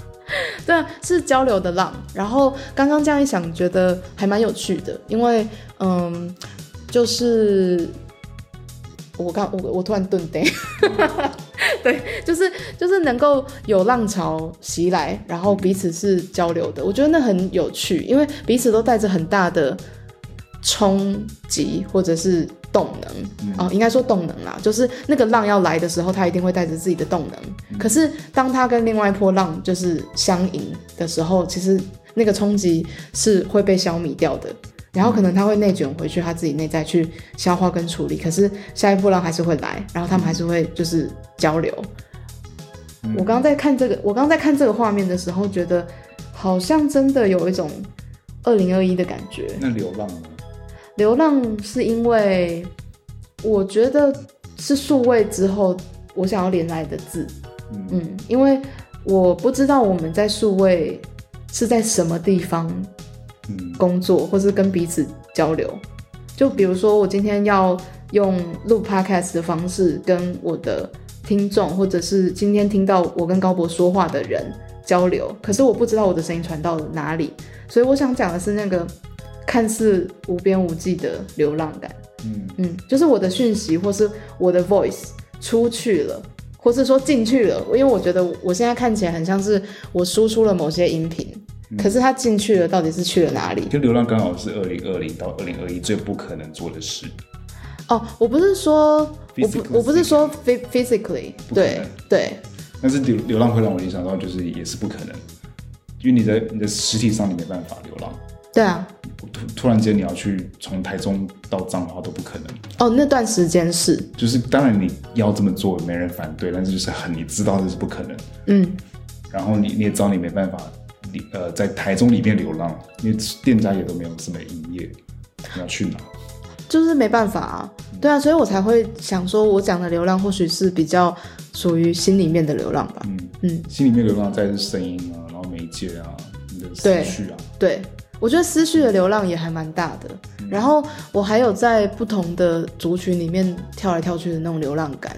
[SPEAKER 3] 对啊，是交流的浪。然后刚刚这样一想，觉得还蛮有趣的，因为嗯，就是我刚我我突然顿呆， 对，就是就是能够有浪潮袭来，然后彼此是交流的，我觉得那很有趣，因为彼此都带着很大的冲击或者是动能啊、哦应该说动能啦，就是那个浪要来的时候，它一定会带着自己的动能。可是当它跟另外一波浪就是相迎的时候，其实那个冲击是会被消弭掉的。然后可能它会内卷回去，它自己内在去消化跟处理。可是下一波浪还是会来，然后他们还是会就是交流。我刚刚在看这个，我刚刚在看这个画面的时候，觉得好像真的有一种二零二一的感觉。
[SPEAKER 1] 那流浪呢？
[SPEAKER 3] 流浪是因为我觉得是数位之后我想要连来的字，
[SPEAKER 1] 嗯
[SPEAKER 3] 嗯，因为我不知道我们在数位是在什么地方
[SPEAKER 1] 嗯
[SPEAKER 3] 工作，或是跟彼此交流。就比如说，我今天要用录 podcast 的方式跟我的听众，或者是今天听到我跟高博说话的人交流，可是我不知道我的声音传到了哪里，所以我想讲的是那个看似无边无际的流浪感。
[SPEAKER 1] 嗯，
[SPEAKER 3] 嗯，就是我的讯息或是我的 voice 出去了，或是说进去了，因为我觉得我现在看起来很像是我输出了某些音频，可是它进去了，到底是去了哪里？
[SPEAKER 1] 嗯就流浪刚好是二零二零到二零二一最不可能做的事，
[SPEAKER 3] 哦，我不是说，我
[SPEAKER 1] Physical
[SPEAKER 3] 不，我不是说 phy- physically，
[SPEAKER 1] 不可
[SPEAKER 3] 对
[SPEAKER 1] 能
[SPEAKER 3] 对，
[SPEAKER 1] 但是流流浪会让我联想到就是也是不可能，因为你在你的实体上你没办法流浪，
[SPEAKER 3] 对啊，
[SPEAKER 1] 突突然间你要去从台中到彰化都不可能。
[SPEAKER 3] 哦，那段时间是，
[SPEAKER 1] 就是当然你要这么做，没人反对，但是就是很你知道这是不可能，
[SPEAKER 3] 嗯，
[SPEAKER 1] 然后你你也知道你没办法，你呃在台中里面流浪，因为店家也都没有什么营业，你要去哪？
[SPEAKER 3] 就是没办法啊，对啊，所以我才会想说，我讲的流浪或许是比较属于心里面的流浪吧，
[SPEAKER 1] 嗯
[SPEAKER 3] 嗯，
[SPEAKER 1] 心里面流浪在是声音啊，然后媒介啊，你的思绪啊，
[SPEAKER 3] 对，我觉得思绪的流浪也还蛮大的。然后我还有在不同的族群里面跳来跳去的那种流浪感，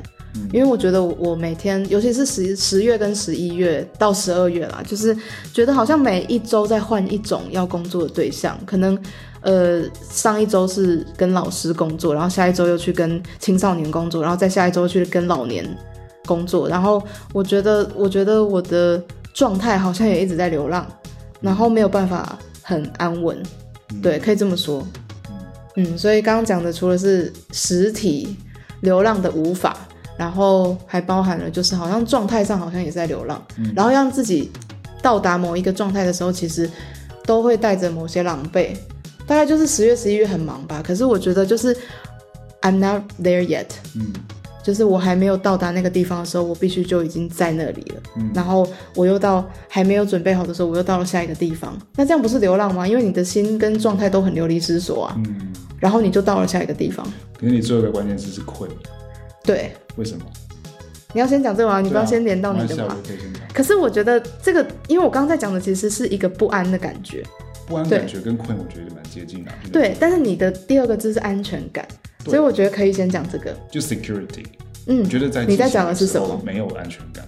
[SPEAKER 3] 因为我觉得我每天，尤其是十十月跟十一月到十二月啦，就是觉得好像每一周在换一种要工作的对象，可能。呃，上一周是跟老师工作，然后下一周又去跟青少年工作，然后再下一周去跟老年工作，然后我觉得，我觉得我的状态好像也一直在流浪，然后没有办法很安稳，对，可以这么说。嗯，所以刚刚讲的除了是实体流浪的无法，然后还包含了就是好像状态上好像也在流浪，然后让自己到达某一个状态的时候，其实都会带着某些狼狈。大概就是十月、十一月很忙吧，可是我觉得就是 I'm not there yet，
[SPEAKER 1] 嗯
[SPEAKER 3] 就是我还没有到达那个地方的时候，我必须就已经在那里了。
[SPEAKER 1] 嗯
[SPEAKER 3] 然后我又到还没有准备好的时候，我又到了下一个地方。那这样不是流浪吗？因为你的心跟状态都很流离失所啊，
[SPEAKER 1] 嗯，
[SPEAKER 3] 然后你就到了下一个地方。
[SPEAKER 1] 可是你最后一个关键词是困，
[SPEAKER 3] 对，
[SPEAKER 1] 为什么？
[SPEAKER 3] 你要先讲这个啊，你不要先连到你
[SPEAKER 1] 对
[SPEAKER 3] 的
[SPEAKER 1] 啊没关系啊
[SPEAKER 3] 嘛
[SPEAKER 1] 我。可以先讲
[SPEAKER 3] 可是我觉得这个，因为我刚刚在讲的其实是一个不安的感觉，
[SPEAKER 1] 不安感觉跟困，我觉得蛮接近的、啊。
[SPEAKER 3] 对。但是你的第二个字是安全感，
[SPEAKER 1] 对
[SPEAKER 3] 所以我觉得可以先讲这个。
[SPEAKER 1] 就 security，
[SPEAKER 3] 嗯
[SPEAKER 1] 你觉得在
[SPEAKER 3] 你在
[SPEAKER 1] 之前
[SPEAKER 3] 讲的是
[SPEAKER 1] 时候
[SPEAKER 3] 什么
[SPEAKER 1] 没有安全感，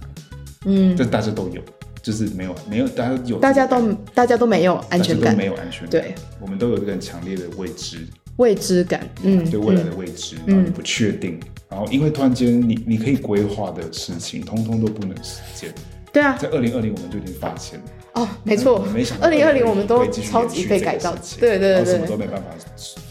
[SPEAKER 3] 嗯，
[SPEAKER 1] 这大家都有，就是没有没有大家有
[SPEAKER 3] 大家都大家都没有安全
[SPEAKER 1] 大家
[SPEAKER 3] 感
[SPEAKER 1] 都没，有安全感，
[SPEAKER 3] 对，
[SPEAKER 1] 我们都有一个很强烈的未知，
[SPEAKER 3] 未知感。嗯，
[SPEAKER 1] 对未来的未知，然后你不确定，然后因为突然间你你可以规划的事情，通通都不能实现。
[SPEAKER 3] 对啊，
[SPEAKER 1] 在二零二零我们就已经发现了，嗯
[SPEAKER 3] 哦，没错
[SPEAKER 1] 没想，到
[SPEAKER 3] 二零二零我们都
[SPEAKER 1] 会继续
[SPEAKER 3] 超级被改造
[SPEAKER 1] 延续，这个事情然后
[SPEAKER 3] 对对
[SPEAKER 1] 什
[SPEAKER 3] 对
[SPEAKER 1] 么都
[SPEAKER 3] 对，
[SPEAKER 1] 没办法，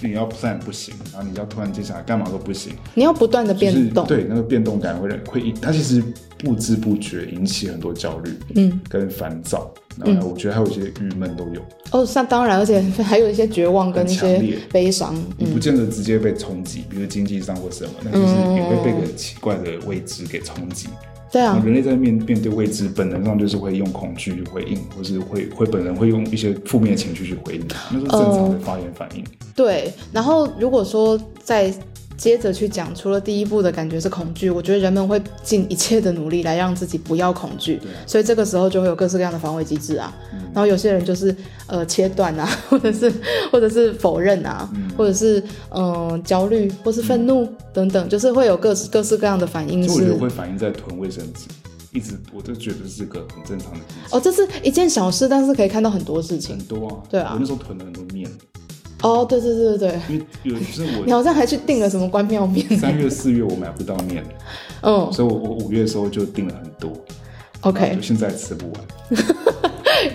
[SPEAKER 1] 你要 plan 不行，然后你要突然接下来干嘛都不行，
[SPEAKER 3] 你要不断的
[SPEAKER 1] 就是
[SPEAKER 3] 变动，
[SPEAKER 1] 对那个变动感会让会，它其实不知不觉引起很多焦虑，
[SPEAKER 3] 嗯，
[SPEAKER 1] 跟烦躁，然后我觉得还有一些郁闷都有，
[SPEAKER 3] 哦，那当然，而且还有一些绝望跟一
[SPEAKER 1] 很
[SPEAKER 3] 些
[SPEAKER 1] 强烈
[SPEAKER 3] 悲伤，嗯
[SPEAKER 1] 你不见得直接被冲击，比如经济上或什么，那就是你会被个奇怪的未知给冲击。
[SPEAKER 3] 对
[SPEAKER 1] 然
[SPEAKER 3] 啊
[SPEAKER 1] 后，人类在面面对未知，本能上就是会用恐惧回应，或是会会本能会用一些负面情绪去回应，那是正常的发炎反应。
[SPEAKER 3] 对。然后如果说再接着去讲，除了第一步的感觉是恐惧，我觉得人们会尽一切的努力来让自己不要恐惧，所以这个时候就会有各式各样的防卫机制啊。然后有些人就是呃切断啊， 或者是或者是否认啊，或者是嗯、呃焦虑或是愤怒等等，就是会有各式各式各样的反应
[SPEAKER 1] 所以我觉
[SPEAKER 3] 是
[SPEAKER 1] 得。会反映在囤卫生纸，一直我就觉得是个很正常的机制。
[SPEAKER 3] 哦，这是一件小事，但是可以看到很多事情
[SPEAKER 1] 很。多啊，
[SPEAKER 3] 对啊
[SPEAKER 1] 我那时候囤了很多面，
[SPEAKER 3] 哦，对对对对对，
[SPEAKER 1] 因为有就是
[SPEAKER 3] 你
[SPEAKER 1] 我
[SPEAKER 3] 好像还去订了什么关庙面？
[SPEAKER 1] 三月四月我买不到面，
[SPEAKER 3] 嗯
[SPEAKER 1] 所以我我五月的时候就订了很多然后
[SPEAKER 3] ，OK，
[SPEAKER 1] 就现在吃不完。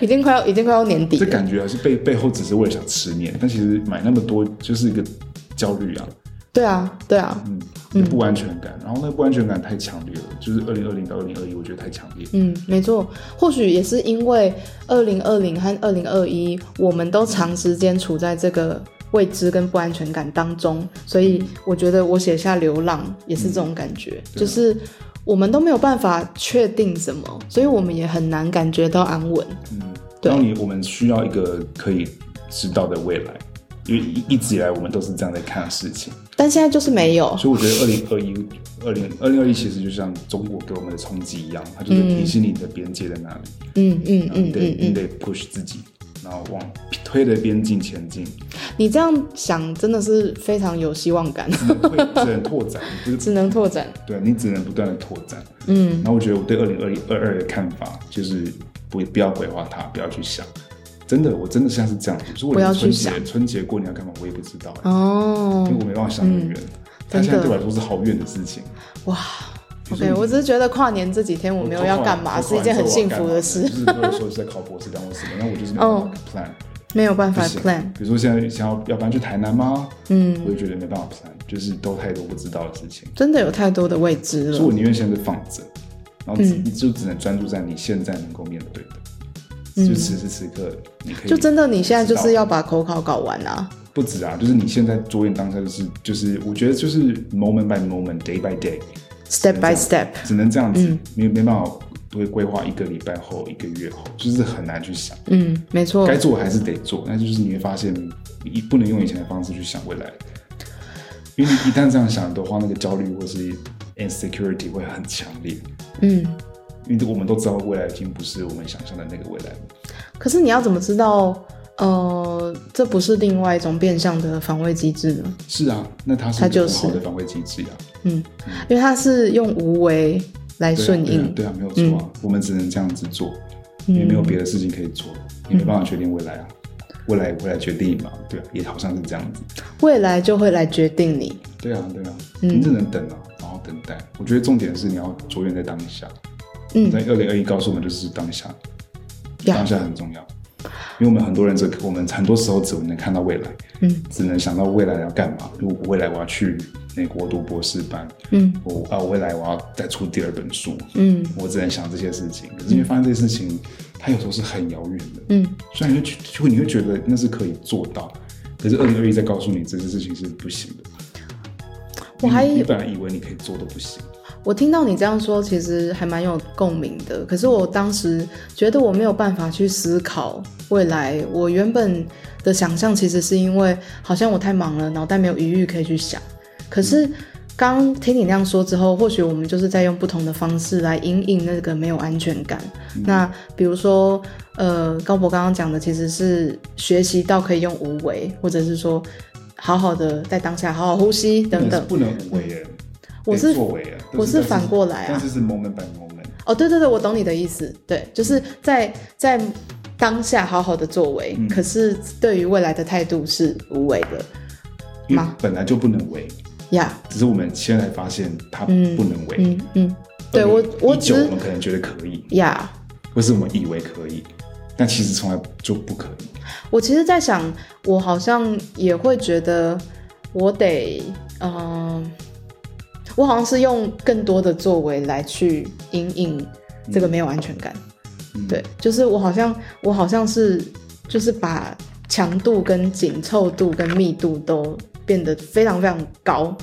[SPEAKER 3] 已经快要已经快要年底
[SPEAKER 1] 这
[SPEAKER 3] 了。
[SPEAKER 1] 感觉还是背背后只是为了想吃面，但其实买那么多就是一个焦虑啊，
[SPEAKER 3] 对啊，对啊，
[SPEAKER 1] 嗯，就不安全感，然后那个不安全感太强烈了，就是二零二零到二零二一，我觉得太强烈。
[SPEAKER 3] 嗯，没错。或许也是因为二零二零和二零二一，我们都长时间处在这个未知跟不安全感当中，所以我觉得我写下流浪也是这种感觉，就是我们都没有办法确定什么，所以我们也很难感觉到安稳。
[SPEAKER 1] 嗯，
[SPEAKER 3] 对
[SPEAKER 1] 然后你我们需要一个可以知道的未来，因为一一直以来我们都是这样在看事情，
[SPEAKER 3] 但现在就是没有，
[SPEAKER 1] 所以我觉得二零二一、二零二零二一其实就像中国给我们的冲击一样，它就是提醒你的边界在哪里，
[SPEAKER 3] 嗯嗯
[SPEAKER 1] 然后你
[SPEAKER 3] 嗯
[SPEAKER 1] 得、
[SPEAKER 3] 嗯嗯
[SPEAKER 1] 你，得 push 自己，然后往推着边境前进，
[SPEAKER 3] 你这样想真的是非常有希望感，
[SPEAKER 1] 你会只能拓展，不是
[SPEAKER 3] 只能拓展。
[SPEAKER 1] 对你只能不断的拓展。嗯，然后我觉得我对二零二一二二的看法就是不不要规划它，不要去想。真的，我真的现在是这样子，就是我
[SPEAKER 3] 不要
[SPEAKER 1] 连
[SPEAKER 3] 去
[SPEAKER 1] 春节
[SPEAKER 3] 想
[SPEAKER 1] 春节过年要干嘛我也不知道、
[SPEAKER 3] 哦嗯
[SPEAKER 1] 因为我没办法想那么远。它
[SPEAKER 3] 真的
[SPEAKER 1] 现在对我来说是好远的事情。
[SPEAKER 3] 哇，OK，我只是觉得跨年这几天我没有要干嘛，
[SPEAKER 1] 我
[SPEAKER 3] 是一件很幸福的
[SPEAKER 1] 我
[SPEAKER 3] 事，
[SPEAKER 1] 跨完之后我要干嘛 就是或者说是在考博士干或什么，那我就是没办法 plan，、
[SPEAKER 3] 没有办
[SPEAKER 1] 不
[SPEAKER 3] 法
[SPEAKER 1] 行
[SPEAKER 3] plan。。
[SPEAKER 1] 比如说现在想要要搬去台南吗？嗯，我就觉得没办法 plan，就是都太多不知道的事情。
[SPEAKER 3] 真的有太多的未知
[SPEAKER 1] 所以我
[SPEAKER 3] 了，
[SPEAKER 1] 宁愿现在放着，然后只你就只能专注在你现在能够面对的，就此时此刻你可以
[SPEAKER 3] 就真的你现在就是要把口考搞完啊，
[SPEAKER 1] 不止啊，就是你现在着眼当下就是就是我觉得就是 moment by moment，day by day，
[SPEAKER 3] ，step by step。
[SPEAKER 1] 只能这样子，没没办法会规划一个礼拜后、一个月后，就是很难去想，
[SPEAKER 3] 嗯，没错
[SPEAKER 1] 该，做还是得做，但就是你会发现你不能用以前的方式去想未来，因为你一旦这样想的话，那个焦虑或是 insecurity 会很强烈。
[SPEAKER 3] 嗯。
[SPEAKER 1] 因为我们都知道未来已经不是我们想象的那个未来了。
[SPEAKER 3] 可是你要怎么知道，呃，这不是另外一种变相的防卫机制呢？
[SPEAKER 1] 是啊，那它是
[SPEAKER 3] 它
[SPEAKER 1] 一个
[SPEAKER 3] 就
[SPEAKER 1] 很好
[SPEAKER 3] 是
[SPEAKER 1] 的防卫机制啊。
[SPEAKER 3] 因为它是用无为来
[SPEAKER 1] 对啊
[SPEAKER 3] 顺
[SPEAKER 1] 对啊
[SPEAKER 3] 应。嗯
[SPEAKER 1] 对啊，没有错啊，我们只能这样子做，也没有别的事情可以做，也没办
[SPEAKER 3] 嗯
[SPEAKER 1] 法决定未来啊。未来未来决定你嘛，对啊，也好像是这样子。
[SPEAKER 3] 未来就会来决定你。
[SPEAKER 1] 对啊，对啊，
[SPEAKER 3] 嗯
[SPEAKER 1] 你只能等啊，然后等待。我觉得重点是你要着眼在当下。
[SPEAKER 3] 嗯
[SPEAKER 1] 在二零二一告诉我们就是当下，
[SPEAKER 3] 呀
[SPEAKER 1] 当下很重要。因为我们很多人只我们很多时候只能看到未来，
[SPEAKER 3] 嗯，
[SPEAKER 1] 只能想到未来要干嘛。如果未来我要去美国读博士班，
[SPEAKER 3] 嗯，
[SPEAKER 1] 我啊，我未来我要再出第二本书，
[SPEAKER 3] 嗯
[SPEAKER 1] 我只能想这些事情。可是你会发现这些事情，它有时候是很遥远的，
[SPEAKER 3] 嗯，
[SPEAKER 1] 虽然你会觉就你会觉得那是可以做到，可是二零二一在告诉你这些事情是不行的。
[SPEAKER 3] 我还
[SPEAKER 1] 你本来以为你可以做的不行，
[SPEAKER 3] 我听到你这样说，其实还蛮有共鸣的。可是我当时觉得我没有办法去思考未来。我原本的想象其实是因为好像我太忙了，脑袋没有余裕可以去想。可是刚听你那样说之后，或许我们就是在用不同的方式来引引那个没有安全感。那比如说，呃，高博刚刚讲的其实是学习到可以用无为，或者是说好好的在当下好好呼吸等等。
[SPEAKER 1] 不能不能无为耶。
[SPEAKER 3] 我是
[SPEAKER 1] 得作为啊，但
[SPEAKER 3] 我是
[SPEAKER 1] 但是
[SPEAKER 3] 反过来啊
[SPEAKER 1] 但是是 moment by moment。
[SPEAKER 3] 哦，对对对，我懂你的意思。对，就是在在当下好好的作为，可是对于未来的态度是无为的
[SPEAKER 1] 因为
[SPEAKER 3] 吗
[SPEAKER 1] 本来就不能为，
[SPEAKER 3] 呀。
[SPEAKER 1] 只是我们现在发现它不能为。
[SPEAKER 3] 嗯嗯，对我我只
[SPEAKER 1] 九我
[SPEAKER 3] 是
[SPEAKER 1] 们可能觉得可以，
[SPEAKER 3] 呀。
[SPEAKER 1] 或是我们以为可以，但其实从来就不可以。
[SPEAKER 3] 我其实，在想，我好像也会觉得，我得，嗯、我好像是用更多的作为来去引引这个没有安全感。
[SPEAKER 1] 嗯
[SPEAKER 3] 对，就是我好像，我好像是，就是把强度、跟紧凑度、跟密度都变得非常非常高。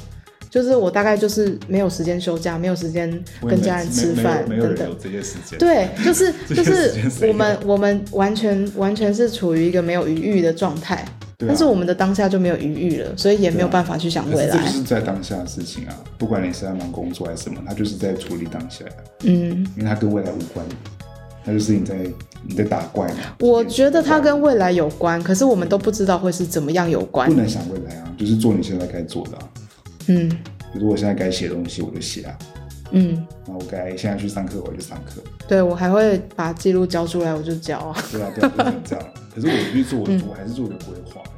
[SPEAKER 3] 就是我大概就是没有时间休假，没有时间
[SPEAKER 1] 我也
[SPEAKER 3] 跟
[SPEAKER 1] 没
[SPEAKER 3] 家人吃饭
[SPEAKER 1] 没有没有
[SPEAKER 3] 等
[SPEAKER 1] 人
[SPEAKER 3] 等
[SPEAKER 1] 有。这些时间。，
[SPEAKER 3] 对，就是
[SPEAKER 1] 这
[SPEAKER 3] 就
[SPEAKER 1] 些
[SPEAKER 3] 是
[SPEAKER 1] 时间谁
[SPEAKER 3] 我们我们完全完全是处于一个没有余裕的状态，
[SPEAKER 1] 对啊啊
[SPEAKER 3] 但是我们的当下就没有余裕了，所以也没有办法去想
[SPEAKER 1] 可
[SPEAKER 3] 未
[SPEAKER 1] 是这就
[SPEAKER 3] 来。
[SPEAKER 1] 是在当下的事情啊，不管你是在忙工作还是什么，它就是在处理当下啊，
[SPEAKER 3] 嗯，
[SPEAKER 1] 因为它跟未来无关，它就是你在你在打怪嘛。
[SPEAKER 3] 我觉得它跟未来有关，可是我们都不知道会是怎么样有关
[SPEAKER 1] 不。能想未来啊，就是做你现在该做的啊。
[SPEAKER 3] 嗯
[SPEAKER 1] 比如我现在该写东西，我就写啊。
[SPEAKER 3] 嗯，
[SPEAKER 1] 那我该现在去上课，我就上课。
[SPEAKER 3] 对我还会把记录交出来，我就交啊。
[SPEAKER 1] 对啊，对啊，就是这样。可是我去做，我我还是做一个规划。 欸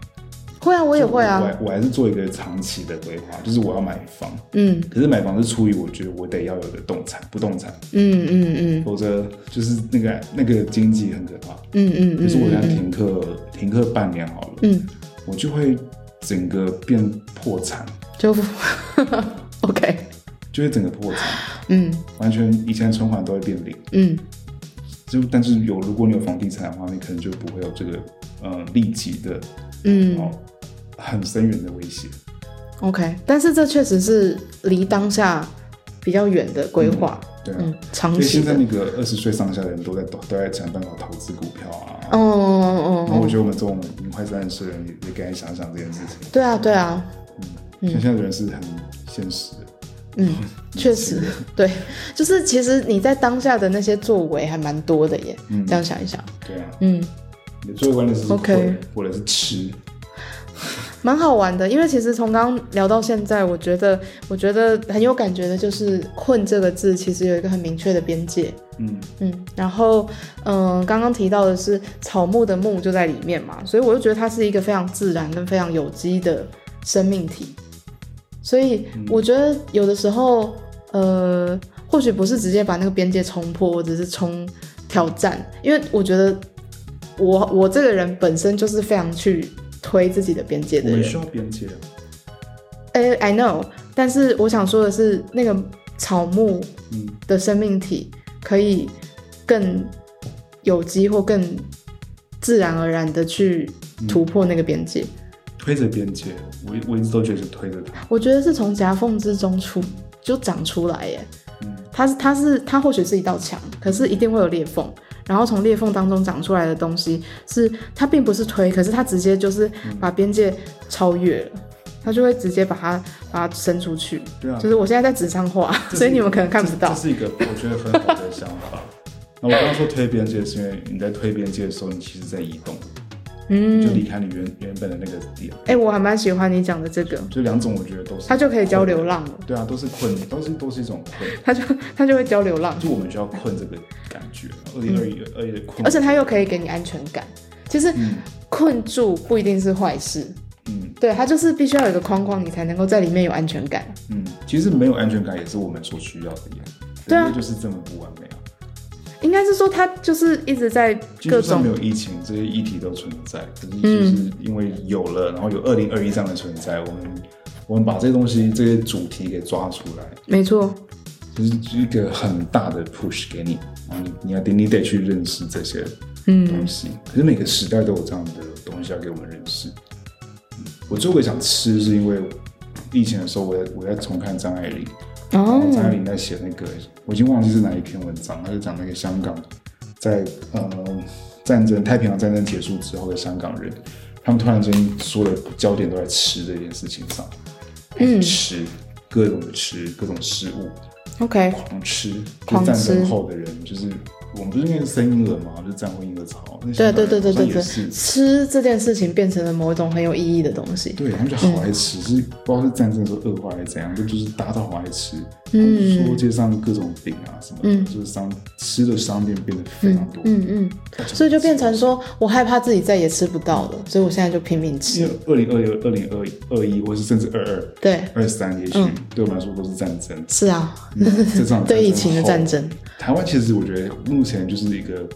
[SPEAKER 3] 会啊，我也
[SPEAKER 1] 我
[SPEAKER 3] 会嗯啊。
[SPEAKER 1] 还我还是做一个长期的规划，就是我要买房。
[SPEAKER 3] 嗯
[SPEAKER 1] 可是买房是出于我觉得我得要有的动产不动产，
[SPEAKER 3] 嗯嗯嗯
[SPEAKER 1] 否则就是那个那个经济很可怕。
[SPEAKER 3] 嗯嗯
[SPEAKER 1] 可是我现在
[SPEAKER 3] 嗯
[SPEAKER 1] 停课、停课半年好了，
[SPEAKER 3] 嗯，
[SPEAKER 1] 我就会整个变破产，
[SPEAKER 3] 就 OK。
[SPEAKER 1] 就会整个破产，
[SPEAKER 3] 嗯
[SPEAKER 1] 完全以前存款都会变零。
[SPEAKER 3] 嗯
[SPEAKER 1] 就但是有，如果你有房地产的话，你可能就不会有这个呃立即的
[SPEAKER 3] 嗯
[SPEAKER 1] 哦很深远的威胁。
[SPEAKER 3] ，OK。但是这确实是离当下比较远的规划。
[SPEAKER 1] 对啊，
[SPEAKER 3] 嗯，长
[SPEAKER 1] 所以
[SPEAKER 3] 期
[SPEAKER 1] 现
[SPEAKER 3] 的
[SPEAKER 1] 在。那个二十岁上下的人都在都都在想办法投资股票啊。
[SPEAKER 3] 哦哦
[SPEAKER 1] 然后
[SPEAKER 3] 哦
[SPEAKER 1] 我觉
[SPEAKER 3] 哦，
[SPEAKER 1] 得我们这种已经快三十岁的人也也该想想这件事情。
[SPEAKER 3] 对啊对啊，
[SPEAKER 1] 像现在的人是很现实的，
[SPEAKER 3] 嗯，确实， 对，就是其实你在当下的那些作为还蛮多的耶，这样想一想，
[SPEAKER 1] 对啊。
[SPEAKER 3] 嗯，
[SPEAKER 1] 你最关键是
[SPEAKER 3] OK
[SPEAKER 1] 会或者是吃，
[SPEAKER 3] 蛮好玩的。因为其实从刚刚聊到现在，我觉得我觉得很有感觉的就是“困”这个字，其实有一个很明确的边界，
[SPEAKER 1] 嗯，
[SPEAKER 3] 嗯，然后嗯、呃刚刚提到的是草木的木就在里面嘛，所以我就觉得它是一个非常自然跟非常有机的生命体。所以
[SPEAKER 1] 嗯
[SPEAKER 3] 我觉得有的时候，呃，或许不是直接把那个边界冲破，或者是冲挑战，因为我觉得我我这个人本身就是非常去推自己的边界
[SPEAKER 1] 我
[SPEAKER 3] 的
[SPEAKER 1] 们
[SPEAKER 3] 人。
[SPEAKER 1] 需要边界啊，
[SPEAKER 3] 哎、i know，但是我想说的是，那个草木
[SPEAKER 1] 嗯
[SPEAKER 3] 的生命体可以更有机或更自然而然的去
[SPEAKER 1] 嗯
[SPEAKER 3] 突破那个边界。
[SPEAKER 1] 推着边界，我我一直都觉得是推着它，
[SPEAKER 3] 我觉得是从夹缝之中出就长出来耶。
[SPEAKER 1] 嗯
[SPEAKER 3] 它是它是它或许是一道墙，可是一定会有裂缝，然后从裂缝当中长出来的东西是它并不是推，可是它直接就是
[SPEAKER 1] 嗯
[SPEAKER 3] 把边界超越了。它就会直接把它把它伸出去，
[SPEAKER 1] 对啊
[SPEAKER 3] 就是我现在在纸上画，
[SPEAKER 1] 这是
[SPEAKER 3] 所以你们可能看不到
[SPEAKER 1] 这。是一个我觉得很好的想法。 那我刚刚说推边界，是因为你在推边界的时候，你其实在移动，你就
[SPEAKER 3] 嗯，
[SPEAKER 1] 离开你原原本的那个点，
[SPEAKER 3] 哎、我还蛮喜欢你讲的这个，
[SPEAKER 1] 就两种我觉得都是，
[SPEAKER 3] 它就可以教流浪了，
[SPEAKER 1] 对啊，都是困，都是都是一种困，
[SPEAKER 3] 它就它就会教流浪，
[SPEAKER 1] 就我们需要困这个感觉。二零二一，二零困，
[SPEAKER 3] 嗯而且它又可以给你安全感。其实
[SPEAKER 1] 嗯
[SPEAKER 3] 困住不一定是坏事，
[SPEAKER 1] 嗯
[SPEAKER 3] 对，它就是必须要有一个框框，你才能够在里面有安全感。
[SPEAKER 1] 嗯，其实没有安全感也是我们所需要的耶，
[SPEAKER 3] 对啊
[SPEAKER 1] 人类就是这么不完美啊，
[SPEAKER 3] 哎、应该是说他就是一直在
[SPEAKER 1] 基
[SPEAKER 3] 各
[SPEAKER 1] 本上没
[SPEAKER 3] 种
[SPEAKER 1] 有疫情，这些议题都存在，可是就是因为有了，然后有二零二一这样的存在，我们我们把这些东西、这些主题给抓出来，
[SPEAKER 3] 没错，
[SPEAKER 1] 就是一个很大的 push 给你，然后你你要得你得去认识这些东西。可是每个时代都有这样的东西要给我们认识。嗯我最后想吃是因为疫情的时候我，在我在重看张爱玲，然后
[SPEAKER 3] 哦，
[SPEAKER 1] 张爱玲在写那个，我已经忘记是哪一篇文章，她是讲那个香港在呃战争太平洋战争结束之后的香港人，他们突然间所有的焦点都在吃这件事情上，嗯，吃各种的吃各种食物，
[SPEAKER 3] ，OK，
[SPEAKER 1] 狂吃，就
[SPEAKER 3] 狂
[SPEAKER 1] 战
[SPEAKER 3] 吃
[SPEAKER 1] 争后的人，就是我们不是念生婴儿嘛，就是战后婴儿潮，那
[SPEAKER 3] 对
[SPEAKER 1] 香港
[SPEAKER 3] 对对对
[SPEAKER 1] 人好
[SPEAKER 3] 对
[SPEAKER 1] 像也
[SPEAKER 3] 对
[SPEAKER 1] 是，
[SPEAKER 3] 吃这件事情变成了某一种很有意义的东西，
[SPEAKER 1] 对他们就好爱
[SPEAKER 3] 嗯
[SPEAKER 1] 吃，是不知道是战争的时候恶化还是怎样，就就是大家都好爱吃。嗯，说街上各种饼啊什么的，
[SPEAKER 3] 嗯
[SPEAKER 1] 就是商吃的商店变得非常多。嗯嗯，
[SPEAKER 3] 所以就变成说我害怕自己再也吃不到了，所以我现在就拼命吃
[SPEAKER 1] 因。为二零二零、二零二二一，或是甚至二二、
[SPEAKER 3] 对，
[SPEAKER 1] 二三，也许对我们来说都是战争。嗯
[SPEAKER 3] 是啊，
[SPEAKER 1] 这场
[SPEAKER 3] 嗯 对疫情的战争，
[SPEAKER 1] 台湾其实我觉得目前就是一个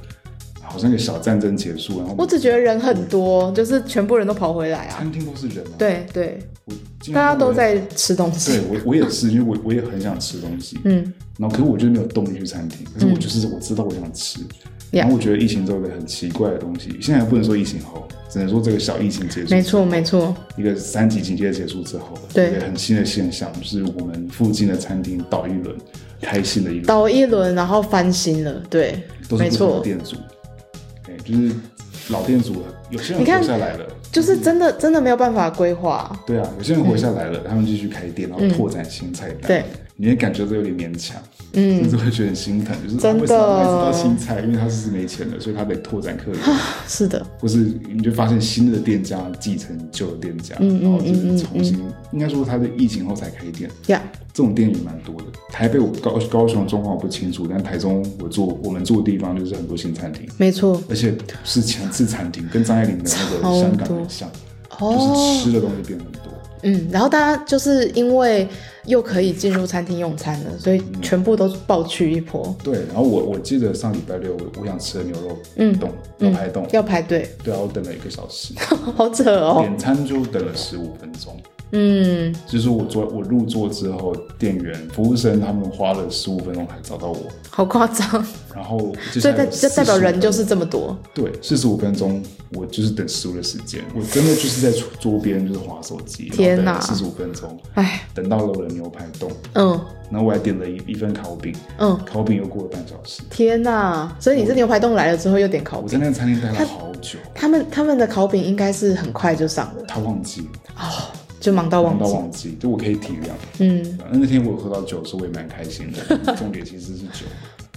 [SPEAKER 1] 好像一个小战争结束，然后
[SPEAKER 3] 我只觉得人很多，就是全部人都跑回来啊。
[SPEAKER 1] 餐厅都是人啊，
[SPEAKER 3] 对对，
[SPEAKER 1] 我竟
[SPEAKER 3] 大
[SPEAKER 1] 然
[SPEAKER 3] 家都
[SPEAKER 1] 我
[SPEAKER 3] 在吃东西
[SPEAKER 1] 对。我我也是，因为我我也很想吃东西，嗯，然后可是我就是没有动力去餐厅，可是
[SPEAKER 3] 嗯
[SPEAKER 1] 我就是我知道我想吃，然后我觉得疫情之后有一个很奇怪的东西，现在不能说疫情后，只能说这个小疫情结束，
[SPEAKER 3] 没错没错，
[SPEAKER 1] 一个三级警戒结束之后，
[SPEAKER 3] 对
[SPEAKER 1] 有一个很新的现象，就是我们附近的餐厅倒一轮，开新的一轮，
[SPEAKER 3] 倒一轮然后翻新了，对，
[SPEAKER 1] 都是
[SPEAKER 3] 没
[SPEAKER 1] 不同的
[SPEAKER 3] 错，
[SPEAKER 1] 店主，哎，就是老店主有些人
[SPEAKER 3] 你看
[SPEAKER 1] 活下来了。
[SPEAKER 3] 就是真的真的没有办法规划。
[SPEAKER 1] 对啊，有些人活下来了，他们继续开店，然后拓展新菜单。
[SPEAKER 3] 嗯对，
[SPEAKER 1] 你会感觉这有点勉强，嗯，甚至会觉得很心疼，就是
[SPEAKER 3] 真的
[SPEAKER 1] 啊为什么他一直到新菜，因为他是没钱的，所以他得拓展客源，
[SPEAKER 3] 是的，
[SPEAKER 1] 或是你就发现新的店家继承旧的店家，
[SPEAKER 3] 嗯
[SPEAKER 1] 然后就是重新，应该说他在疫情后才开店，
[SPEAKER 3] 呀、
[SPEAKER 1] 这种店也蛮多的。台北我高高雄状况我不清楚，但台中我住我们住的地方就是很多新餐厅。
[SPEAKER 3] 没错。
[SPEAKER 1] 而且是强制餐厅，跟张爱玲的那个香港很像，就是吃的东西变很多。
[SPEAKER 3] 哦嗯，然后大家就是因为又可以进入餐厅用餐了，所以
[SPEAKER 1] 嗯
[SPEAKER 3] 全部都暴去一波，
[SPEAKER 1] 对，然后我我记得上礼拜六我我想吃的牛肉冻、牛排冻，
[SPEAKER 3] 嗯要排队，
[SPEAKER 1] 对啊，我等了一个小时，
[SPEAKER 3] 好扯 哦。
[SPEAKER 1] 点餐就等了十五分钟。
[SPEAKER 3] 嗯，
[SPEAKER 1] 就是我昨我入座之后，店员、服务生他们花了十五分钟才找到我，
[SPEAKER 3] 好夸张，
[SPEAKER 1] 然后接
[SPEAKER 3] 所
[SPEAKER 1] 下
[SPEAKER 3] 以
[SPEAKER 1] 来
[SPEAKER 3] 代
[SPEAKER 1] 有
[SPEAKER 3] 就代表
[SPEAKER 1] 45
[SPEAKER 3] 人就是这么多。
[SPEAKER 1] 对四十五分钟，我就是等食物的时间，我真的就是在桌桌边就是划手机，
[SPEAKER 3] 天哪
[SPEAKER 1] 四十五分钟，
[SPEAKER 3] 哎，
[SPEAKER 1] 等到了我的牛排冻，
[SPEAKER 3] 嗯
[SPEAKER 1] 然后我还点了一一份烤饼，
[SPEAKER 3] 嗯，
[SPEAKER 1] 烤饼又过了半小时，
[SPEAKER 3] 天哪！所以你是牛排冻来了之后又点烤
[SPEAKER 1] 我
[SPEAKER 3] 饼，
[SPEAKER 1] 在那个餐厅待了好久，
[SPEAKER 3] 他们他们的烤饼应该是很快就上了，
[SPEAKER 1] 他忘记了。
[SPEAKER 3] 就忙到忘
[SPEAKER 1] 到
[SPEAKER 3] 记。
[SPEAKER 1] 忘记，就我可以体谅。嗯，那天我有喝到酒，所以我也蛮开心 的。重点其实是酒。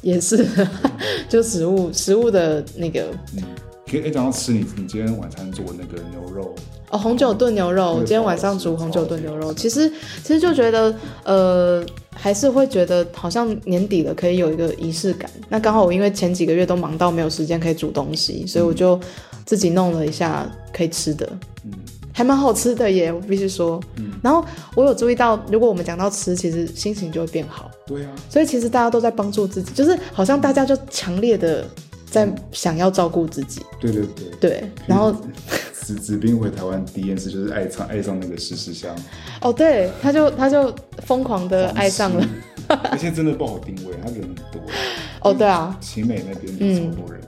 [SPEAKER 3] 也是， 就食物食物的那个
[SPEAKER 1] 嗯，可以诶讲到吃，你你今天晚餐做那个牛肉，
[SPEAKER 3] 哦，红酒炖牛肉，我今天晚上煮红酒炖牛肉，其实其实就觉得呃，还是会觉得好像年底了，可以有一个仪式感。那刚好我因为前几个月都忙到没有时间可以煮东西，所以我就自己弄了一下可以吃的，
[SPEAKER 1] 嗯
[SPEAKER 3] 还蛮好吃的耶，我必须说。然后我有注意到，如果我们讲到吃，其实心情就会变好。
[SPEAKER 1] 对啊，
[SPEAKER 3] 所以其实大家都在帮助自己，就是好像大家就强烈的在想要照顾自己，
[SPEAKER 1] 对对对。
[SPEAKER 3] 对。然后
[SPEAKER 1] 子子斌回台湾第一件事就是爱上爱上那个十十香，
[SPEAKER 3] 哦，对，他就他就疯狂的爱上
[SPEAKER 1] 嗯
[SPEAKER 3] 了。
[SPEAKER 1] 狂吃， 而且真的不好定位，他人很多。
[SPEAKER 3] 哦，对啊，
[SPEAKER 1] 奇美那边有超多人，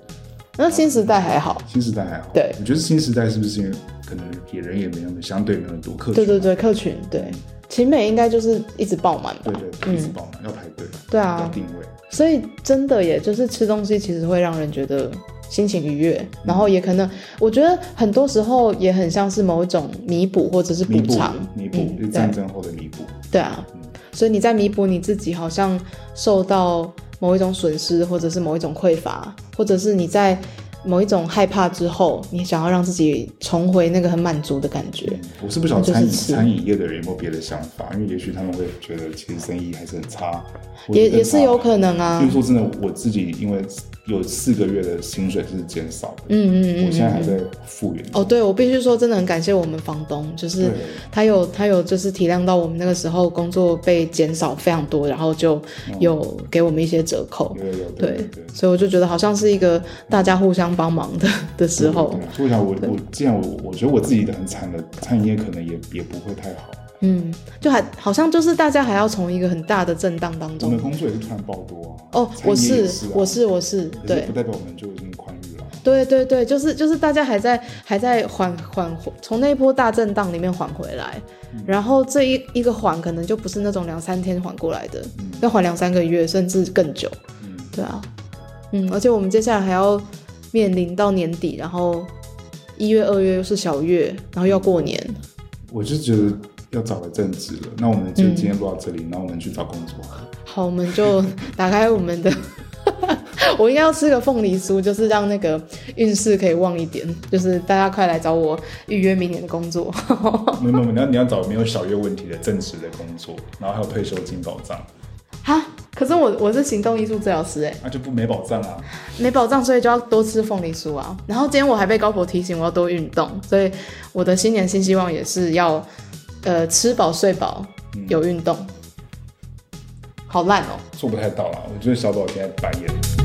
[SPEAKER 3] 那新时代还好，
[SPEAKER 1] 新时代还好。
[SPEAKER 3] 嗯对
[SPEAKER 1] 我觉得新时代是不是因为可能也人也没那么相对没那么多，客群
[SPEAKER 3] 对对对，客群对，秦美应该就是一直爆满吧
[SPEAKER 1] 对。对对，一直爆满，要排队，
[SPEAKER 3] 嗯对啊
[SPEAKER 1] 要定位。
[SPEAKER 3] 所以真的耶，就是吃东西其实会让人觉得心情愉悦，然后也可能我觉得很多时候也很像是某一种弥补或者是补
[SPEAKER 1] 弥补
[SPEAKER 3] 偿，
[SPEAKER 1] 弥补
[SPEAKER 3] 嗯
[SPEAKER 1] 就是战争后的弥补。
[SPEAKER 3] 对啊，所以你在弥补你自己好像受到某一种损失，或者是某一种匮乏，或者是你在某一种害怕之后，你想要让自己重回那个很满足的感觉。
[SPEAKER 1] 嗯我是不晓得餐饮
[SPEAKER 3] 就是吃
[SPEAKER 1] 餐饮业的人有没有别的想法，因为也许他们会觉得其实生意还是很差，或者
[SPEAKER 3] 也
[SPEAKER 1] 更
[SPEAKER 3] 也是
[SPEAKER 1] 差
[SPEAKER 3] 有可能
[SPEAKER 1] 因
[SPEAKER 3] 啊
[SPEAKER 1] 为，说真的，我自己因为有四个月的薪水是减少的。
[SPEAKER 3] 嗯嗯嗯
[SPEAKER 1] 我现在还在复原。
[SPEAKER 3] 哦，对，我必须说，真的很感谢我们房东，就是
[SPEAKER 1] 对
[SPEAKER 3] 他有他有就是体谅到我们那个时候工作被减少非常多，然后就有给我们一些折扣。
[SPEAKER 1] 有有哦有，对
[SPEAKER 3] 对
[SPEAKER 1] 对对。
[SPEAKER 3] 所以我就觉得好像是一个大家互相帮忙的的时候
[SPEAKER 1] 对，对所以我想我我既然我我觉得我自己的很惨的餐饮业可能也也不会太好，
[SPEAKER 3] 嗯，就还好像就是大家还要从一个很大的震荡当
[SPEAKER 1] 我们
[SPEAKER 3] 中。
[SPEAKER 1] 的工作也是突然爆多啊。
[SPEAKER 3] 哦，
[SPEAKER 1] 餐
[SPEAKER 3] 我
[SPEAKER 1] 饮业也
[SPEAKER 3] 是
[SPEAKER 1] 是啊
[SPEAKER 3] 我是我是，
[SPEAKER 1] 可是
[SPEAKER 3] 对
[SPEAKER 1] 不代表我们就已经宽裕了啊。
[SPEAKER 3] 对对对，就是就是大家还在还在缓缓从那一波大震荡里面缓回来，
[SPEAKER 1] 嗯
[SPEAKER 3] 然后这一一个缓可能就不是那种两三天缓过来的，要缓两三个月甚至更久。
[SPEAKER 1] 嗯，
[SPEAKER 3] 对啊，嗯，而且我们接下来还要面临到年底，然后一月、二月又是小月，然后又要过年。
[SPEAKER 1] 我就觉得要找个正职了。那我们就今天录到这里，然后我们去找工作。
[SPEAKER 3] 好，我们就打开我们的。 我应该要吃个凤梨酥，就是让那个运势可以旺一点。就是大家快来找我预约明年的工作。
[SPEAKER 1] 没有没有，你要你要找没有小月问题的正职的工作，然后还有退休金保障，
[SPEAKER 3] 哈，可是我我是行动艺术治疗师哎，
[SPEAKER 1] 那、就不没保障啊。
[SPEAKER 3] 没保障，所以就要多吃凤梨酥啊。然后今天我还被高婆提醒我要多运动，所以我的新年新希望也是要，呃，吃饱睡饱，有运动。好烂哦、哦
[SPEAKER 1] 啊做不太到啦。我觉得小宝现在白眼。